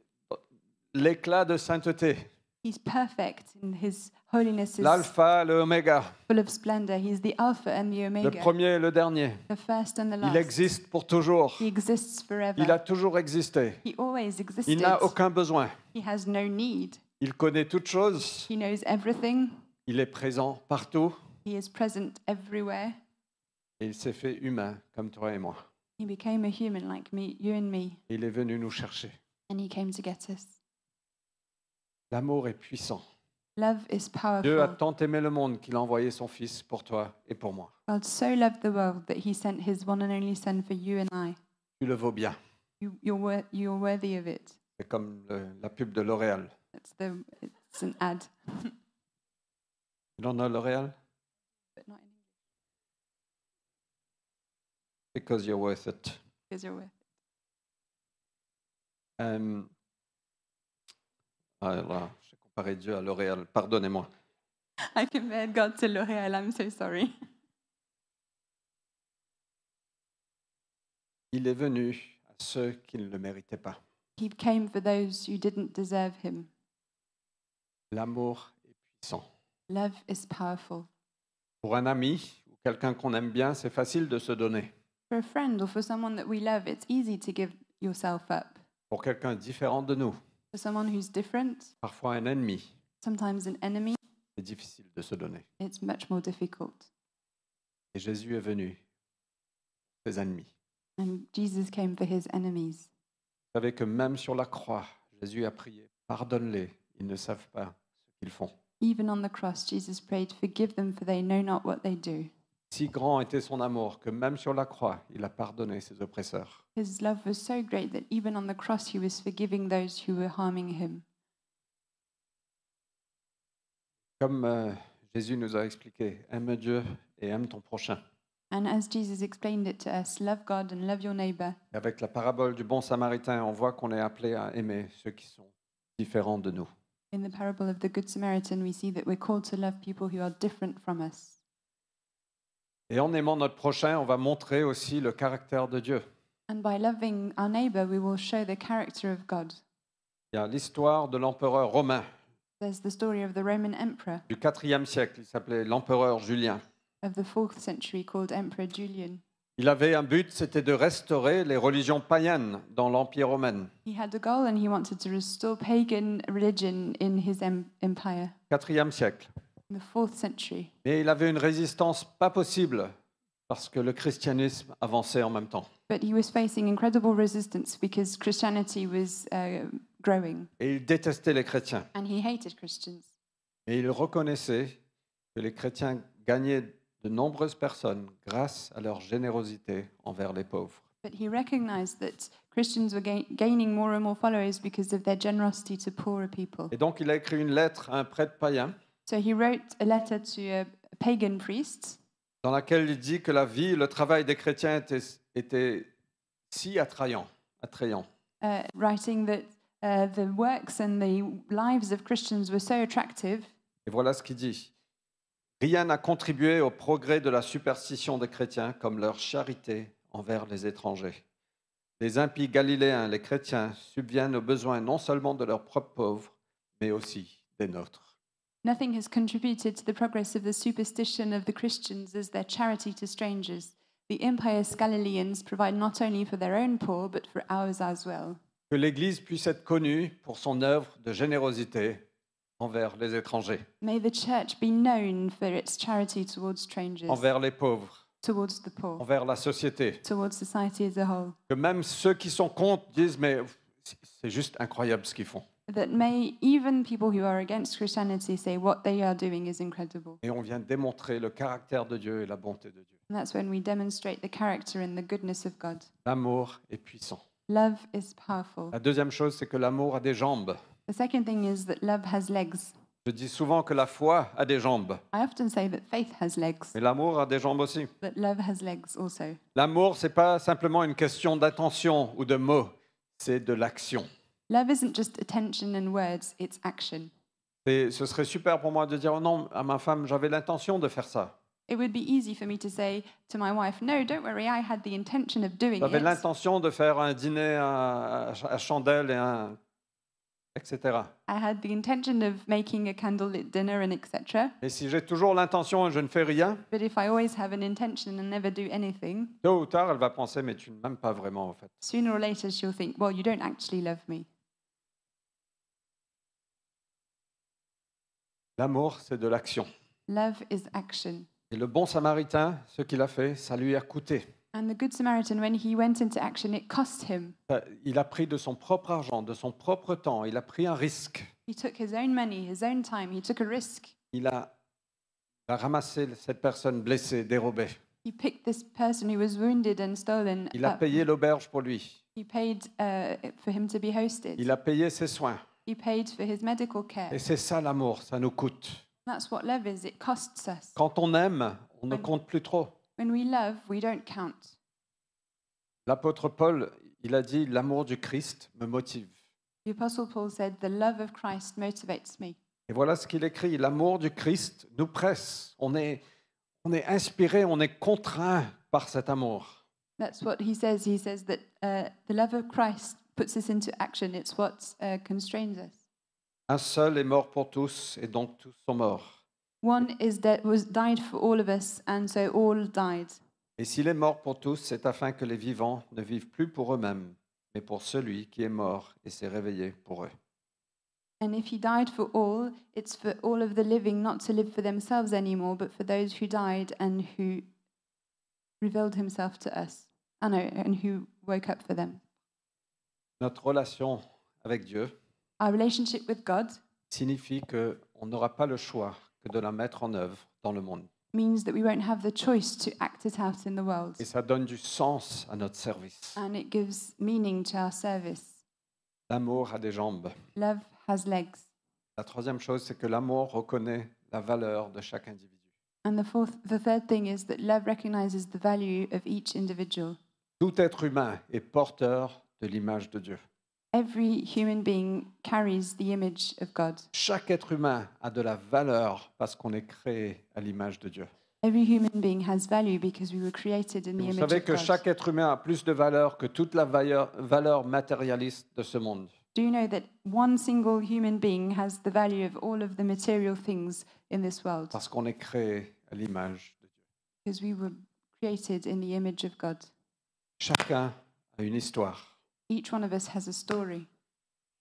Speaker 1: l'éclat de sainteté,
Speaker 2: He's perfect, and his holiness is
Speaker 1: l'alpha, le oméga,
Speaker 2: full of splendor. He's the Alpha and the
Speaker 1: le
Speaker 2: Omega,
Speaker 1: premier et le dernier.
Speaker 2: the first and the last.
Speaker 1: Il existe pour toujours.
Speaker 2: He exists forever.
Speaker 1: Il a toujours existé.
Speaker 2: he always existed.
Speaker 1: Il n'a aucun besoin.
Speaker 2: He has no need.
Speaker 1: Il connaît toutes choses.
Speaker 2: He knows everything.
Speaker 1: Il est présent partout.
Speaker 2: He is present everywhere.
Speaker 1: Et il s'est fait humain comme toi et moi.
Speaker 2: He became a human like me, you and me,
Speaker 1: Et Il est venu nous chercher.
Speaker 2: and he came to get us.
Speaker 1: L'amour est puissant.
Speaker 2: Love is
Speaker 1: Dieu a
Speaker 2: powerful.
Speaker 1: tant aimé le monde qu'il a envoyé son Fils pour toi et pour moi.
Speaker 2: God so loved the world that he sent his one and only Son for you and I.
Speaker 1: Tu le vaux bien.
Speaker 2: You, you're, wor- you're worthy of it.
Speaker 1: C'est comme le- la pub de L'Oréal.
Speaker 2: That's the, it's an ad.
Speaker 1: Il en a L'Oréal
Speaker 2: But not in
Speaker 1: Because you're worth it.
Speaker 2: because you're worth it.
Speaker 1: Euh, ah là, j'ai comparé Dieu à L'Oréal. Pardonnez-moi.
Speaker 2: I compared God to L'Oreal. I'm so sorry.
Speaker 1: Il est venu à ceux qui ne le méritaient pas.
Speaker 2: He came for those who didn't deserve him.
Speaker 1: L'amour est puissant.
Speaker 2: Love is powerful.
Speaker 1: Pour un ami ou quelqu'un qu'on aime bien, c'est facile de se donner.
Speaker 2: For a friend or for someone that we love, it's easy to give yourself up.
Speaker 1: Pour quelqu'un différent de nous,
Speaker 2: For someone who's different,
Speaker 1: parfois un ennemi,
Speaker 2: sometimes an enemy,
Speaker 1: c'est difficile de se donner.
Speaker 2: it's much more difficult.
Speaker 1: Et Jésus est venu pour ses ennemis.
Speaker 2: And Jesus came for his enemies.
Speaker 1: Vous savez que même sur la croix, Jésus a prié Pardonne-les, ils ne savent pas ce qu'ils font.
Speaker 2: Even on the cross, Jesus prayed, Forgive them, for they know not what they do.
Speaker 1: Si grand était son amour que même sur la croix, il a pardonné ses oppresseurs.
Speaker 2: His love was so great that even on the cross, he was forgiving those who were harming him.
Speaker 1: Comme euh, Jésus nous a expliqué Aime Dieu et aime ton prochain.
Speaker 2: And as Jesus explained it to us, love God and love your neighbor.
Speaker 1: Et avec la parabole du bon samaritain, on voit qu'on est appelé à aimer ceux qui sont différents de nous.
Speaker 2: In the parable of the Good Samaritan, we see that we're called to love people who are different from us.
Speaker 1: Et en aimant notre prochain, on va montrer aussi le caractère de Dieu.
Speaker 2: And by loving our neighbor, we will show the character of God.
Speaker 1: Il y a l'histoire de l'empereur romain
Speaker 2: There's the story of the Roman emperor
Speaker 1: du IVe siècle. Il s'appelait l'empereur Julien.
Speaker 2: of the fourth century called Emperor Julian.
Speaker 1: Il avait un but, c'était de restaurer les religions païennes dans l'Empire romain.
Speaker 2: He had a goal and he wanted to restore pagan religion in his em- empire
Speaker 1: IVe siècle.
Speaker 2: in the fourth century.
Speaker 1: Mais il avait une résistance pas possible parce que le christianisme avançait en même temps.
Speaker 2: But he was facing incredible resistance because Christianity was uh, growing
Speaker 1: Et il détestait les chrétiens.
Speaker 2: and he hated Christians.
Speaker 1: Mais il reconnaissait que les chrétiens gagnaient de nombreuses personnes grâce à leur générosité envers les pauvres.
Speaker 2: But he recognized that Christians were ga- gaining more and more followers because of their generosity to poorer people.
Speaker 1: Et donc il a écrit une lettre à un prêtre païen
Speaker 2: So he wrote a letter to a pagan priest
Speaker 1: dans laquelle il dit que la vie, le travail des chrétiens était, était si attrayant, attrayant.
Speaker 2: uh, writing that uh, the works and the lives of Christians were so attractive.
Speaker 1: Et voilà ce qu'il dit. Rien n'a contribué au progrès de la superstition des chrétiens comme leur charité envers les étrangers. Les impies galiléens, les chrétiens, subviennent aux besoins non seulement de leurs propres pauvres, mais aussi des nôtres.
Speaker 2: Nothing has contributed to the progress of the superstition of the Christians as their charity to strangers. The impious Galileans provide not only for their own poor, but for ours as well.
Speaker 1: Que l'Église puisse être connue pour son œuvre de générosité envers les étrangers,
Speaker 2: May the church be known for its charity towards strangers,
Speaker 1: envers les pauvres,
Speaker 2: towards the poor,
Speaker 1: envers la société,
Speaker 2: towards society as a whole.
Speaker 1: que même ceux qui sont contre disent mais c'est- c'est juste incroyable ce qu'ils font.
Speaker 2: That may even people who are against Christianity say what they are doing is incredible.
Speaker 1: Et on vient démontrer le caractère de Dieu et la bonté de Dieu.
Speaker 2: And that's when we demonstrate the character and the goodness of God.
Speaker 1: L'amour est puissant.
Speaker 2: Love is powerful.
Speaker 1: La deuxième chose, c'est que l'amour a des jambes.
Speaker 2: The second thing is that love has legs.
Speaker 1: Je dis souvent que la foi a des jambes,
Speaker 2: I often say that faith has legs,
Speaker 1: mais l'amour a des jambes aussi.
Speaker 2: but love has legs also.
Speaker 1: L'amour, c'est pas simplement une question d'attention ou de mots, c'est de l'action.
Speaker 2: Love isn't just attention and words, it's action.
Speaker 1: Et ce serait super pour moi de dire oh non à ma femme, j'avais l'intention de faire ça.
Speaker 2: It would be easy for me to say to my wife, No, don't worry, I had the intention of doing
Speaker 1: J'avais
Speaker 2: it.
Speaker 1: l'intention de faire un dîner à, à ch- à chandelle et un etc.
Speaker 2: I had the intention of making a candlelit dinner and etc.
Speaker 1: Mais si j'ai toujours l'intention et je ne fais rien,
Speaker 2: But if I always have an intention and never do anything,
Speaker 1: tôt ou tard, elle va penser mais tu ne m'aimes pas vraiment en fait.
Speaker 2: sooner or later she'll think, Well, you don't actually love me.
Speaker 1: L'amour, c'est de l'action.
Speaker 2: Love is action.
Speaker 1: Et le bon samaritain, ce qu'il a fait, ça lui a coûté.
Speaker 2: And the Good Samaritan, when he went into action, it cost him.
Speaker 1: Ça- Il a pris de son propre argent, de son propre temps, il a pris un risque.
Speaker 2: He took his own money, his own time, he took a risk.
Speaker 1: Il a, il a ramassé cette personne blessée, dérobée.
Speaker 2: He picked this person who was wounded and stolen.
Speaker 1: Il a
Speaker 2: up.
Speaker 1: payé l'auberge pour lui.
Speaker 2: He paid uh, for him to be hosted.
Speaker 1: Il a payé ses soins.
Speaker 2: He paid for his medical care.
Speaker 1: Et c'est ça l'amour, ça nous coûte.
Speaker 2: That's what love is. It costs us.
Speaker 1: Quand on aime, on ne
Speaker 2: Oui.
Speaker 1: compte plus trop.
Speaker 2: When we love, we don't count.
Speaker 1: L'apôtre Paul, il a dit L'amour du Christ me motive.
Speaker 2: The Apostle Paul said, The love of Christ motivates me.
Speaker 1: Et voilà ce qu'il écrit L'amour du Christ nous presse. On est, on est inspiré, on est contraint par cet amour.
Speaker 2: That's what he says. He says that uh, the love of Christ puts us into action, it's what uh, constrains us.
Speaker 1: Un seul est mort pour tous, et donc tous sont morts.
Speaker 2: One is that was died for all of us, and so all died.
Speaker 1: Et s'il est mort pour tous, c'est afin que les vivants ne vivent plus pour eux-mêmes, mais pour celui qui est mort et s'est réveillé pour eux.
Speaker 2: And if he died for all, it's for all of the living not to live for themselves anymore, but for those who died and who revealed himself to us. I know, and who woke up for them.
Speaker 1: Notre relation avec Dieu
Speaker 2: Our relationship with God
Speaker 1: signifie qu'on n'aura pas le choix que de la mettre en œuvre dans le monde.
Speaker 2: means that we won't have the choice to act it out in the world.
Speaker 1: Et ça donne du sens à notre service.
Speaker 2: And it gives meaning to our service.
Speaker 1: L'amour a des jambes.
Speaker 2: Love has legs.
Speaker 1: La troisième chose, c'est que l'amour reconnaît la valeur de chaque individu.
Speaker 2: And the fourth, the third thing is that love recognizes the value of each individual.
Speaker 1: Tout être humain est porteur de l'image de Dieu.
Speaker 2: Every human being carries the image of God.
Speaker 1: Chaque être humain a de la valeur parce qu'on est créé à l'image de Dieu.
Speaker 2: Every human being has value because we were created in the
Speaker 1: Vous
Speaker 2: image
Speaker 1: savez
Speaker 2: of
Speaker 1: que
Speaker 2: God.
Speaker 1: chaque être humain a plus de valeur que toute la valeur, valeur matérialiste de ce monde.
Speaker 2: Do you know that one single human being has the value of all of the material things in this world
Speaker 1: Parce qu'on est créé à l'image de Dieu.
Speaker 2: because we were created in the image of God.
Speaker 1: Chacun a une histoire.
Speaker 2: Each one of us has a story.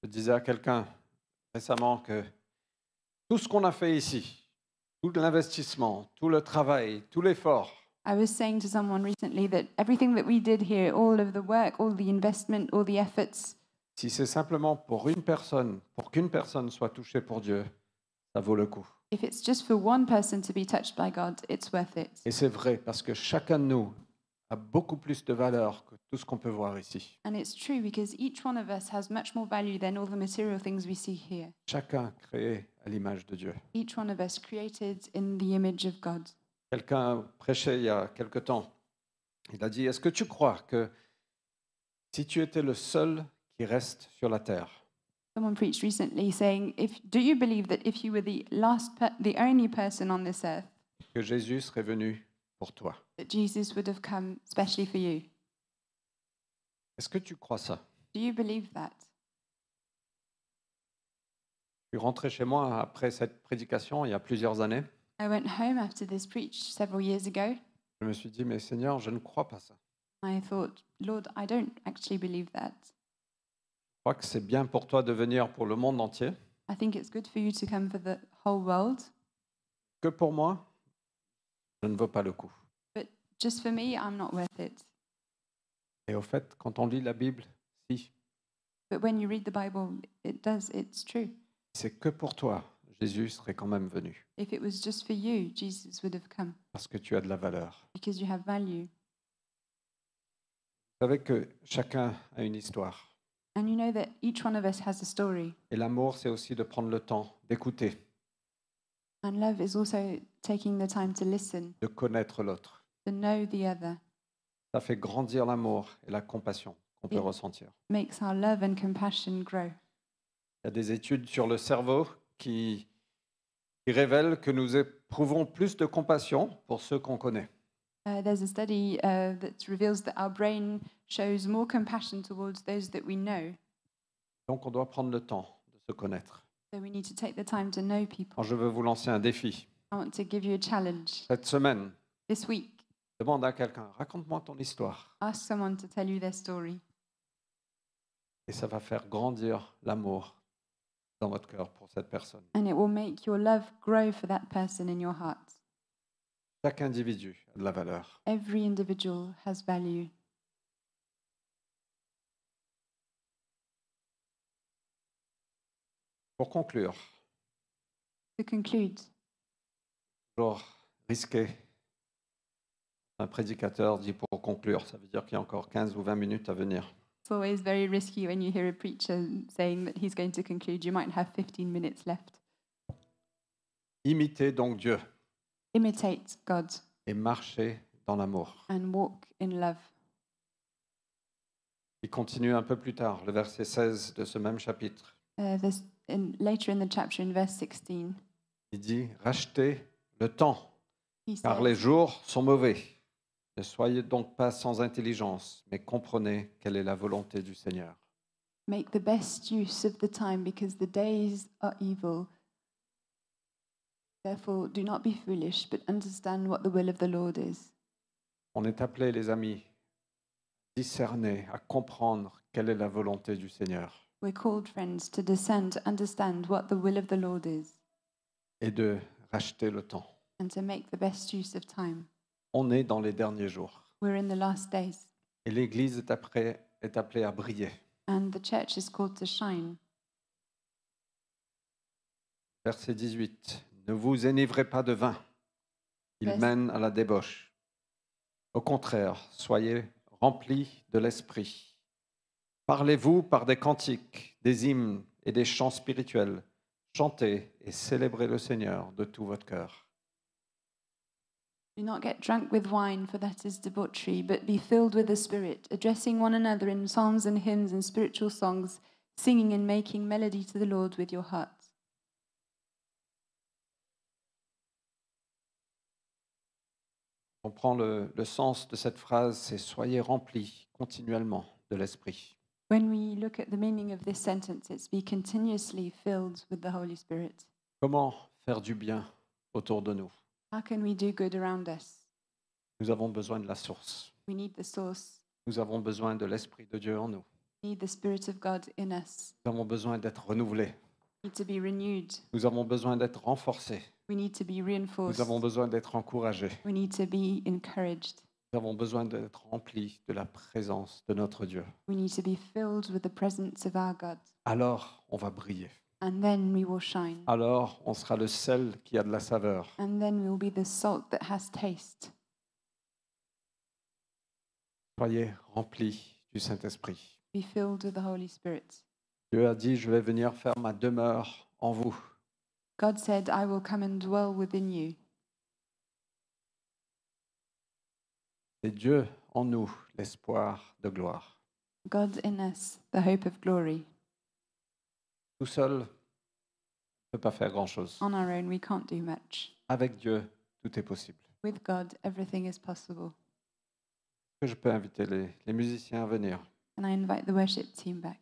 Speaker 1: Je disais à quelqu'un récemment que tout ce qu'on a fait ici, tout l'investissement, tout le travail, tout l'effort,
Speaker 2: I was saying to someone recently that everything that we did here, all of the work, all the investment, all the efforts,
Speaker 1: Si c'est simplement pour une personne, pour qu'une personne soit touchée pour Dieu, ça vaut le coup.
Speaker 2: if it's just for one person to be touched by God, it's worth it.
Speaker 1: Et c'est vrai, parce que chacun de nous a beaucoup plus de valeur que tout ce qu'on peut voir ici.
Speaker 2: And it's true because each one of us has much more value than all the material things we see here.
Speaker 1: Chacun créé à l'image de Dieu.
Speaker 2: Each one of us created in the image of God.
Speaker 1: Quelqu'un prêchait il y a quelque temps. Il a dit, est-ce que tu crois que si tu étais le seul qui reste sur la terre,
Speaker 2: Someone preached recently saying, if, Do you believe that if you were the, last per- the only person on this earth,
Speaker 1: que Jésus serait venu pour toi
Speaker 2: that Jesus would have come specially for you?
Speaker 1: Est-ce que tu crois ça
Speaker 2: Do you believe that?
Speaker 1: Je suis rentré chez moi après cette prédication il y a plusieurs années.
Speaker 2: I went home after this preach several years ago.
Speaker 1: Je me suis dit, mais Seigneur, je ne crois pas ça.
Speaker 2: I thought, Lord, I don't actually believe that.
Speaker 1: Je crois que c'est bien pour toi de venir pour le monde entier.
Speaker 2: I think it's good for you to come for the whole world.
Speaker 1: Que pour moi, je ne vaux pas le coup.
Speaker 2: Just for me, I'm not worth it.
Speaker 1: Et au fait, quand on lit la Bible, si,
Speaker 2: But when you read the Bible, it does, it's true.
Speaker 1: c'est que pour toi, Jésus serait quand même venu,
Speaker 2: If it was just for you, Jesus would have come
Speaker 1: parce que tu as de la valeur.
Speaker 2: because you have value.
Speaker 1: Vous savez que chacun a une histoire.
Speaker 2: And you know that each one of us has a story.
Speaker 1: Et l'amour, c'est aussi de prendre le temps d'écouter,
Speaker 2: And love is also taking the time to listen,
Speaker 1: de connaître l'autre.
Speaker 2: to know the other,
Speaker 1: Ça fait grandir l'amour et la compassion qu'on peut
Speaker 2: Et-
Speaker 1: ressentir.
Speaker 2: makes our love and compassion grow.
Speaker 1: Il y a des études sur le cerveau qui, qui révèlent que nous éprouvons plus de compassion pour ceux qu'on connaît.
Speaker 2: Uh, there's a study uh, that reveals that our brain shows more compassion towards those that we know.
Speaker 1: Donc on doit prendre le temps de se connaître.
Speaker 2: So we need to take the time to know people.
Speaker 1: Alors je veux vous lancer un défi.
Speaker 2: I want to give you a challenge
Speaker 1: Cette semaine,
Speaker 2: this week.
Speaker 1: demande à quelqu'un, raconte-moi ton histoire.
Speaker 2: Ask someone to tell you their story,
Speaker 1: Et ça va faire grandir l'amour dans votre cœur pour cette personne.
Speaker 2: and it will make your love grow for that person in your heart.
Speaker 1: Chaque individu a de la valeur.
Speaker 2: Every individual has value.
Speaker 1: Pour conclure,
Speaker 2: To conclude,
Speaker 1: toujours risqué. Un prédicateur dit pour conclure, ça veut dire qu'il y a encore 15 ou 20 minutes à venir.
Speaker 2: it's always very risky when you hear a preacher saying that he's going to conclude. You might have 15 minutes left.
Speaker 1: Imitez donc Dieu
Speaker 2: Imitate God
Speaker 1: et marchez dans l'amour.
Speaker 2: and walk in love.
Speaker 1: Il continue un peu plus tard, le verset 16 de ce même chapitre.
Speaker 2: Uh, this, in, later in the chapter, in verse 16,
Speaker 1: Il dit, rachetez le temps
Speaker 2: he
Speaker 1: Car
Speaker 2: says,
Speaker 1: les jours sont mauvais. Ne soyez donc pas sans intelligence, mais comprenez quelle est la volonté du Seigneur.
Speaker 2: Make the best use of the time because the days are evil. Therefore, do not be foolish, but understand what the will of the Lord is.
Speaker 1: On est appelé, les amis, à discerner, à comprendre quelle est la volonté du Seigneur
Speaker 2: We're called, friends, to discern, to understand what the will of the Lord is,
Speaker 1: et de racheter le temps.
Speaker 2: and to make the best use of time.
Speaker 1: On est dans les derniers jours
Speaker 2: We're in the last days,
Speaker 1: et l'Église est, après- est appelée à briller.
Speaker 2: and the church is called to shine.
Speaker 1: Verset 18. Ne vous énivrez pas de vin. Il
Speaker 2: Vers-
Speaker 1: mène à la débauche. Au contraire, soyez remplis de l'esprit. Parlez-vous par des cantiques, des hymnes et des chants spirituels. Chantez et célébrez le Seigneur de tout votre cœur.
Speaker 2: Do not get drunk with wine, for that is debauchery, but be filled with the Spirit, addressing one another in psalms and hymns and spiritual songs, singing and making melody to the Lord with your hearts.
Speaker 1: On prend le, le sens de cette phrase, c'est soyez remplis continuellement de l'esprit.
Speaker 2: When we look at the meaning of this sentence, it's be continuously filled with the Holy Spirit.
Speaker 1: Comment faire du bien autour de nous
Speaker 2: How can we do good around us?
Speaker 1: Nous avons besoin de la source.
Speaker 2: We need the source,
Speaker 1: Nous avons besoin de l'esprit de Dieu en nous.
Speaker 2: we need the Spirit of God in us.
Speaker 1: Nous avons besoin d'être renouvelés.
Speaker 2: We need to be renewed.
Speaker 1: Nous avons besoin d'être renforcés.
Speaker 2: We need to be
Speaker 1: Nous
Speaker 2: reinforced.
Speaker 1: avons besoin d'être encouragés.
Speaker 2: We need to be encouraged.
Speaker 1: Nous avons besoin d'être remplis de la présence de notre Dieu.
Speaker 2: We need to be filled with the presence of our God.
Speaker 1: Alors, on va briller.
Speaker 2: And then we will shine.
Speaker 1: Alors, on sera le sel qui a de la saveur.
Speaker 2: And then we will be the salt that has taste.
Speaker 1: Soyez remplis du Saint-Esprit.
Speaker 2: Be filled with the Holy Spirit.
Speaker 1: Dieu a dit, je vais venir faire ma demeure en vous.
Speaker 2: God said, I will come and dwell within you.
Speaker 1: C'est Dieu en nous, l'espoir de gloire.
Speaker 2: God in us, the hope of glory.
Speaker 1: Tout seul, on ne peut pas faire grand-chose.
Speaker 2: On our own, we can't do much.
Speaker 1: Avec Dieu, tout est possible.
Speaker 2: With God, everything is possible.
Speaker 1: Est-ce Que je peux inviter les, les musiciens à venir.
Speaker 2: And I invite the worship team back.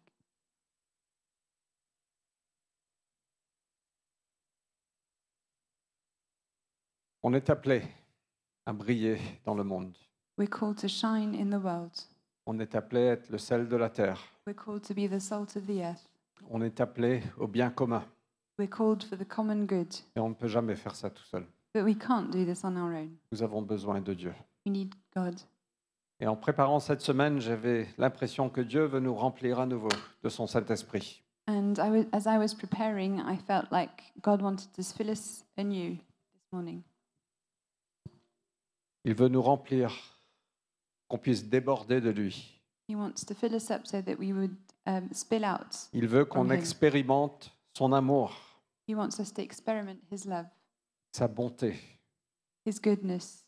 Speaker 1: On est appelé à briller dans le monde.
Speaker 2: We're called to shine in the world.
Speaker 1: On est appelé à être le sel de la terre.
Speaker 2: We're called to be the salt of the earth.
Speaker 1: On est appelé au bien commun.
Speaker 2: We're called for the common good.
Speaker 1: Et on ne peut jamais faire ça tout seul.
Speaker 2: But we can't do this on our own.
Speaker 1: Nous avons besoin de Dieu.
Speaker 2: We need God.
Speaker 1: Et en préparant cette semaine, j'avais l'impression que Dieu veut nous remplir à nouveau de son Saint-Esprit.
Speaker 2: And I was, as I was preparing, I felt like God wanted to fill us anew this morning.
Speaker 1: Il veut nous remplir, qu'on puisse déborder de lui.
Speaker 2: He wants to fill us up so that we would um, spill out.
Speaker 1: Il veut qu'on
Speaker 2: Amen.
Speaker 1: expérimente son amour,
Speaker 2: He wants us to experiment His love,
Speaker 1: sa bonté,
Speaker 2: His goodness,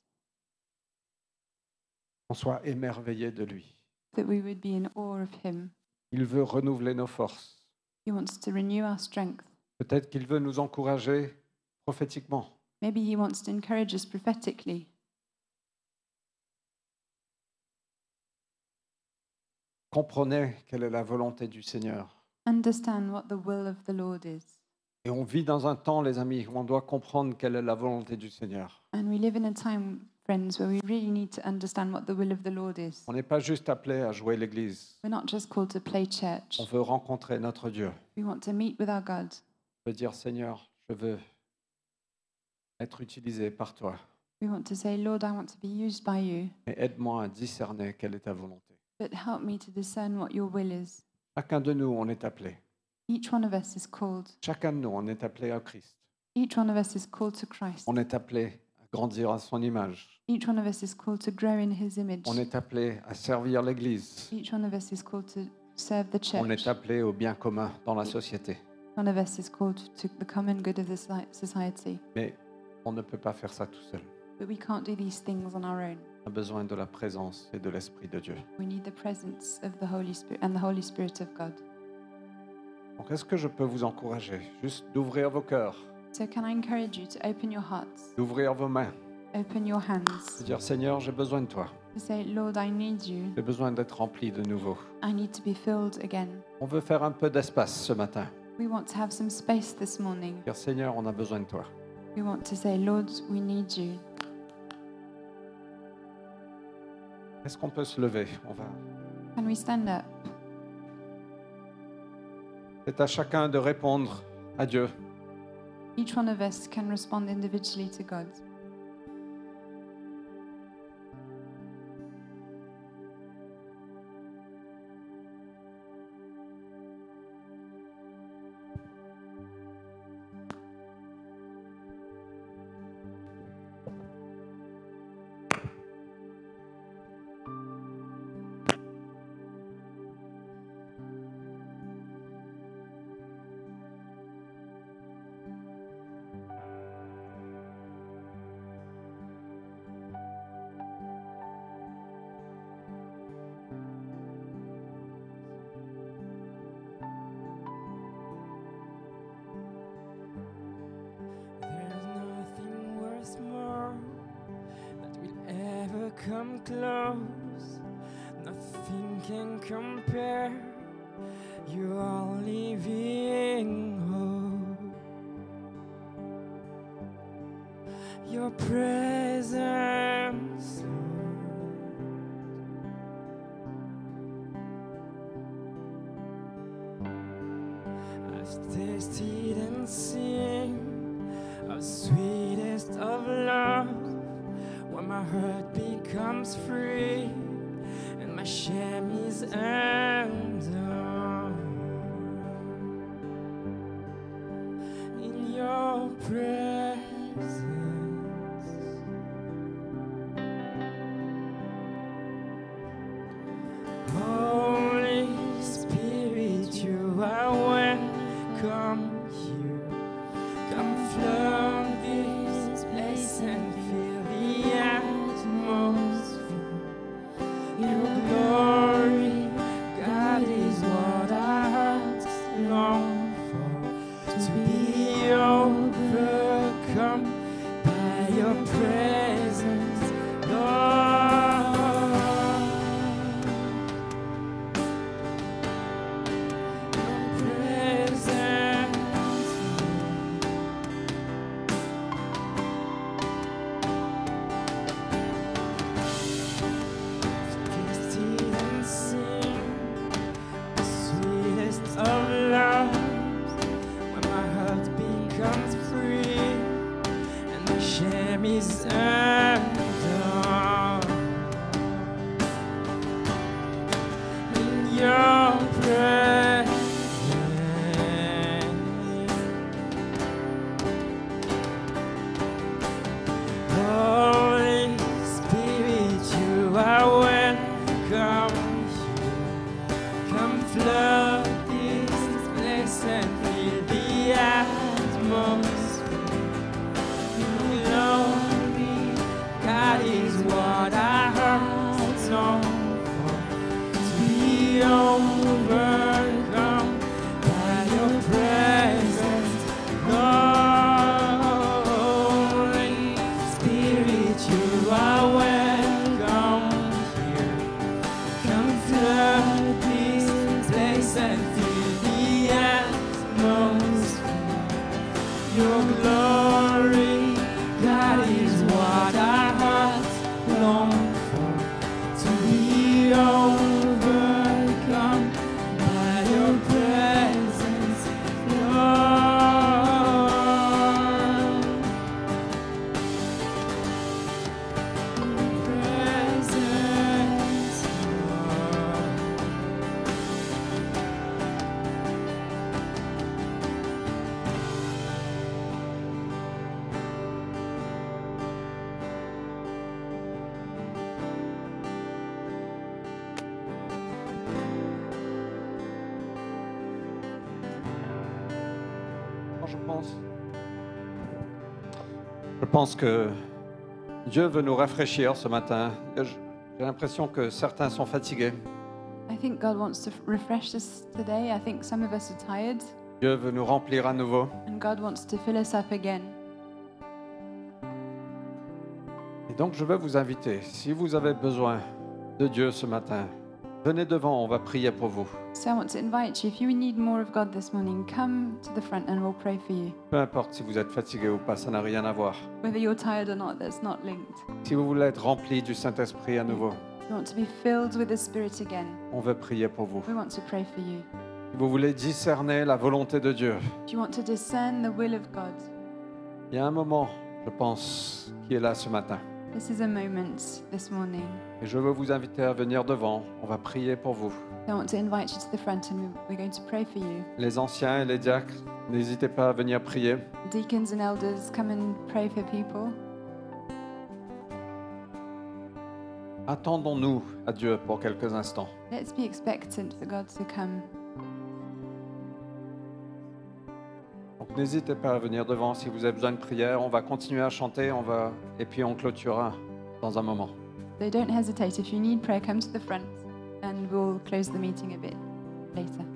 Speaker 1: qu'on soit émerveillé de lui.
Speaker 2: that we would be in awe of Him.
Speaker 1: Il veut renouveler nos forces.
Speaker 2: He wants to renew our strength.
Speaker 1: Peut-être qu'il veut nous encourager prophétiquement.
Speaker 2: Maybe He wants to encourage us prophetically.
Speaker 1: Comprenez quelle est la volonté du Seigneur.
Speaker 2: Understand what the will of the Lord is.
Speaker 1: Et on vit dans un temps, les amis, où on doit comprendre quelle est la volonté du Seigneur.
Speaker 2: And we live in a time, friends, where we really need to understand what the will of the Lord is.
Speaker 1: On n'est pas juste appelé à jouer l'Église.
Speaker 2: We're not just called to play church.
Speaker 1: On veut rencontrer notre Dieu.
Speaker 2: We want to meet with our God.
Speaker 1: On veut dire, Seigneur, je veux être utilisé par toi.
Speaker 2: We want to say, Lord, I want to be used by you,
Speaker 1: Mais aide-moi à discerner quelle est ta volonté.
Speaker 2: but help me to discern what your will is.
Speaker 1: Chacun de nous, on est appelé.
Speaker 2: Each one of us is called.
Speaker 1: Chacun de nous, on est appelé à Christ.
Speaker 2: Each one of us is called to Christ.
Speaker 1: On est appelé à grandir à son image.
Speaker 2: Each one of us is called to grow in his image.
Speaker 1: On est appelé à servir l'Église.
Speaker 2: Each one of us is called to serve the church.
Speaker 1: On est appelé au bien commun dans la société.
Speaker 2: One of us is called to the common good of the soci- society.
Speaker 1: Mais on ne peut pas faire ça tout seul.
Speaker 2: But we can't do these things on our own.
Speaker 1: On a besoin de la présence et de l'Esprit de Dieu.
Speaker 2: We need the presence of the Holy Spirit and the Holy Spirit of God.
Speaker 1: Donc est-ce que je peux vous encourager juste d'ouvrir vos cœurs,
Speaker 2: So, can I encourage you to open your hearts,
Speaker 1: d'ouvrir vos mains,
Speaker 2: open your
Speaker 1: de
Speaker 2: hands,
Speaker 1: dire Seigneur, j'ai besoin de toi.
Speaker 2: to say, Lord, I need you.
Speaker 1: J'ai besoin d'être rempli de nouveau.
Speaker 2: I need to be filled again.
Speaker 1: On veut faire un peu d'espace ce matin.
Speaker 2: We want to have some space this morning.
Speaker 1: Dire Seigneur, on a besoin de toi.
Speaker 2: We want to say, Lord, we need you.
Speaker 1: Est-ce qu'on peut se lever On va.
Speaker 2: Can we stand up?
Speaker 1: C'est à chacun de répondre à Dieu.
Speaker 2: Each one of us can respond individually to God.
Speaker 4: There's nothing worth more that will ever come close. Nothing can compare. You are living hope. Your presence, Lord. I've tasted and seen of sweetest of love when my heart becomes free and my shame is undone in your presence Holy Spirit you are welcome here Come flood this place and feel the atmosphere.
Speaker 1: je pense. Je pense que Dieu veut nous rafraîchir ce matin. Je- J'ai l'impression que certains sont fatigués.
Speaker 2: I think God wants to f- refresh us today. I think some of us are tired,
Speaker 1: Dieu veut nous remplir à nouveau.
Speaker 2: and God wants to fill us up again.
Speaker 1: Et donc je veux vous inviter, si vous avez besoin de Dieu ce matin, venez devant, on va prier pour vous.
Speaker 2: So I want to invite you, if you need more of God this morning, come to the front and we'll pray for you.
Speaker 1: Peu importe si vous êtes fatigué ou pas, ça n'a rien à voir.
Speaker 2: Whether you're tired or not, that's not linked.
Speaker 1: Si vous voulez être rempli du Saint-Esprit à nouveau,
Speaker 2: We want to be filled with the Spirit again.
Speaker 1: on veut prier pour vous.
Speaker 2: We want to pray for you.
Speaker 1: Si vous voulez discerner la volonté de Dieu,
Speaker 2: If you want to discern the will of God,
Speaker 1: il y a un moment, je pense, qui est là ce matin.
Speaker 2: this is a moment this morning.
Speaker 1: Et je veux vous inviter à venir devant, on va prier pour vous.
Speaker 2: I want to invite you to the front and we're going to pray for you.
Speaker 1: Les anciens et les diacres, n'hésitez pas à venir prier.
Speaker 2: Deacons and elders, come and pray for people.
Speaker 1: Attendons-nous à Dieu pour quelques instants.
Speaker 2: Let's be expectant for God to come.
Speaker 1: Donc n'hésitez pas à venir devant si vous avez besoin de prière. On va continuer à chanter, on va et puis on clôturera dans un moment.
Speaker 2: So don't hesitate. If you need prayer, come to the front and we'll close the meeting a bit later.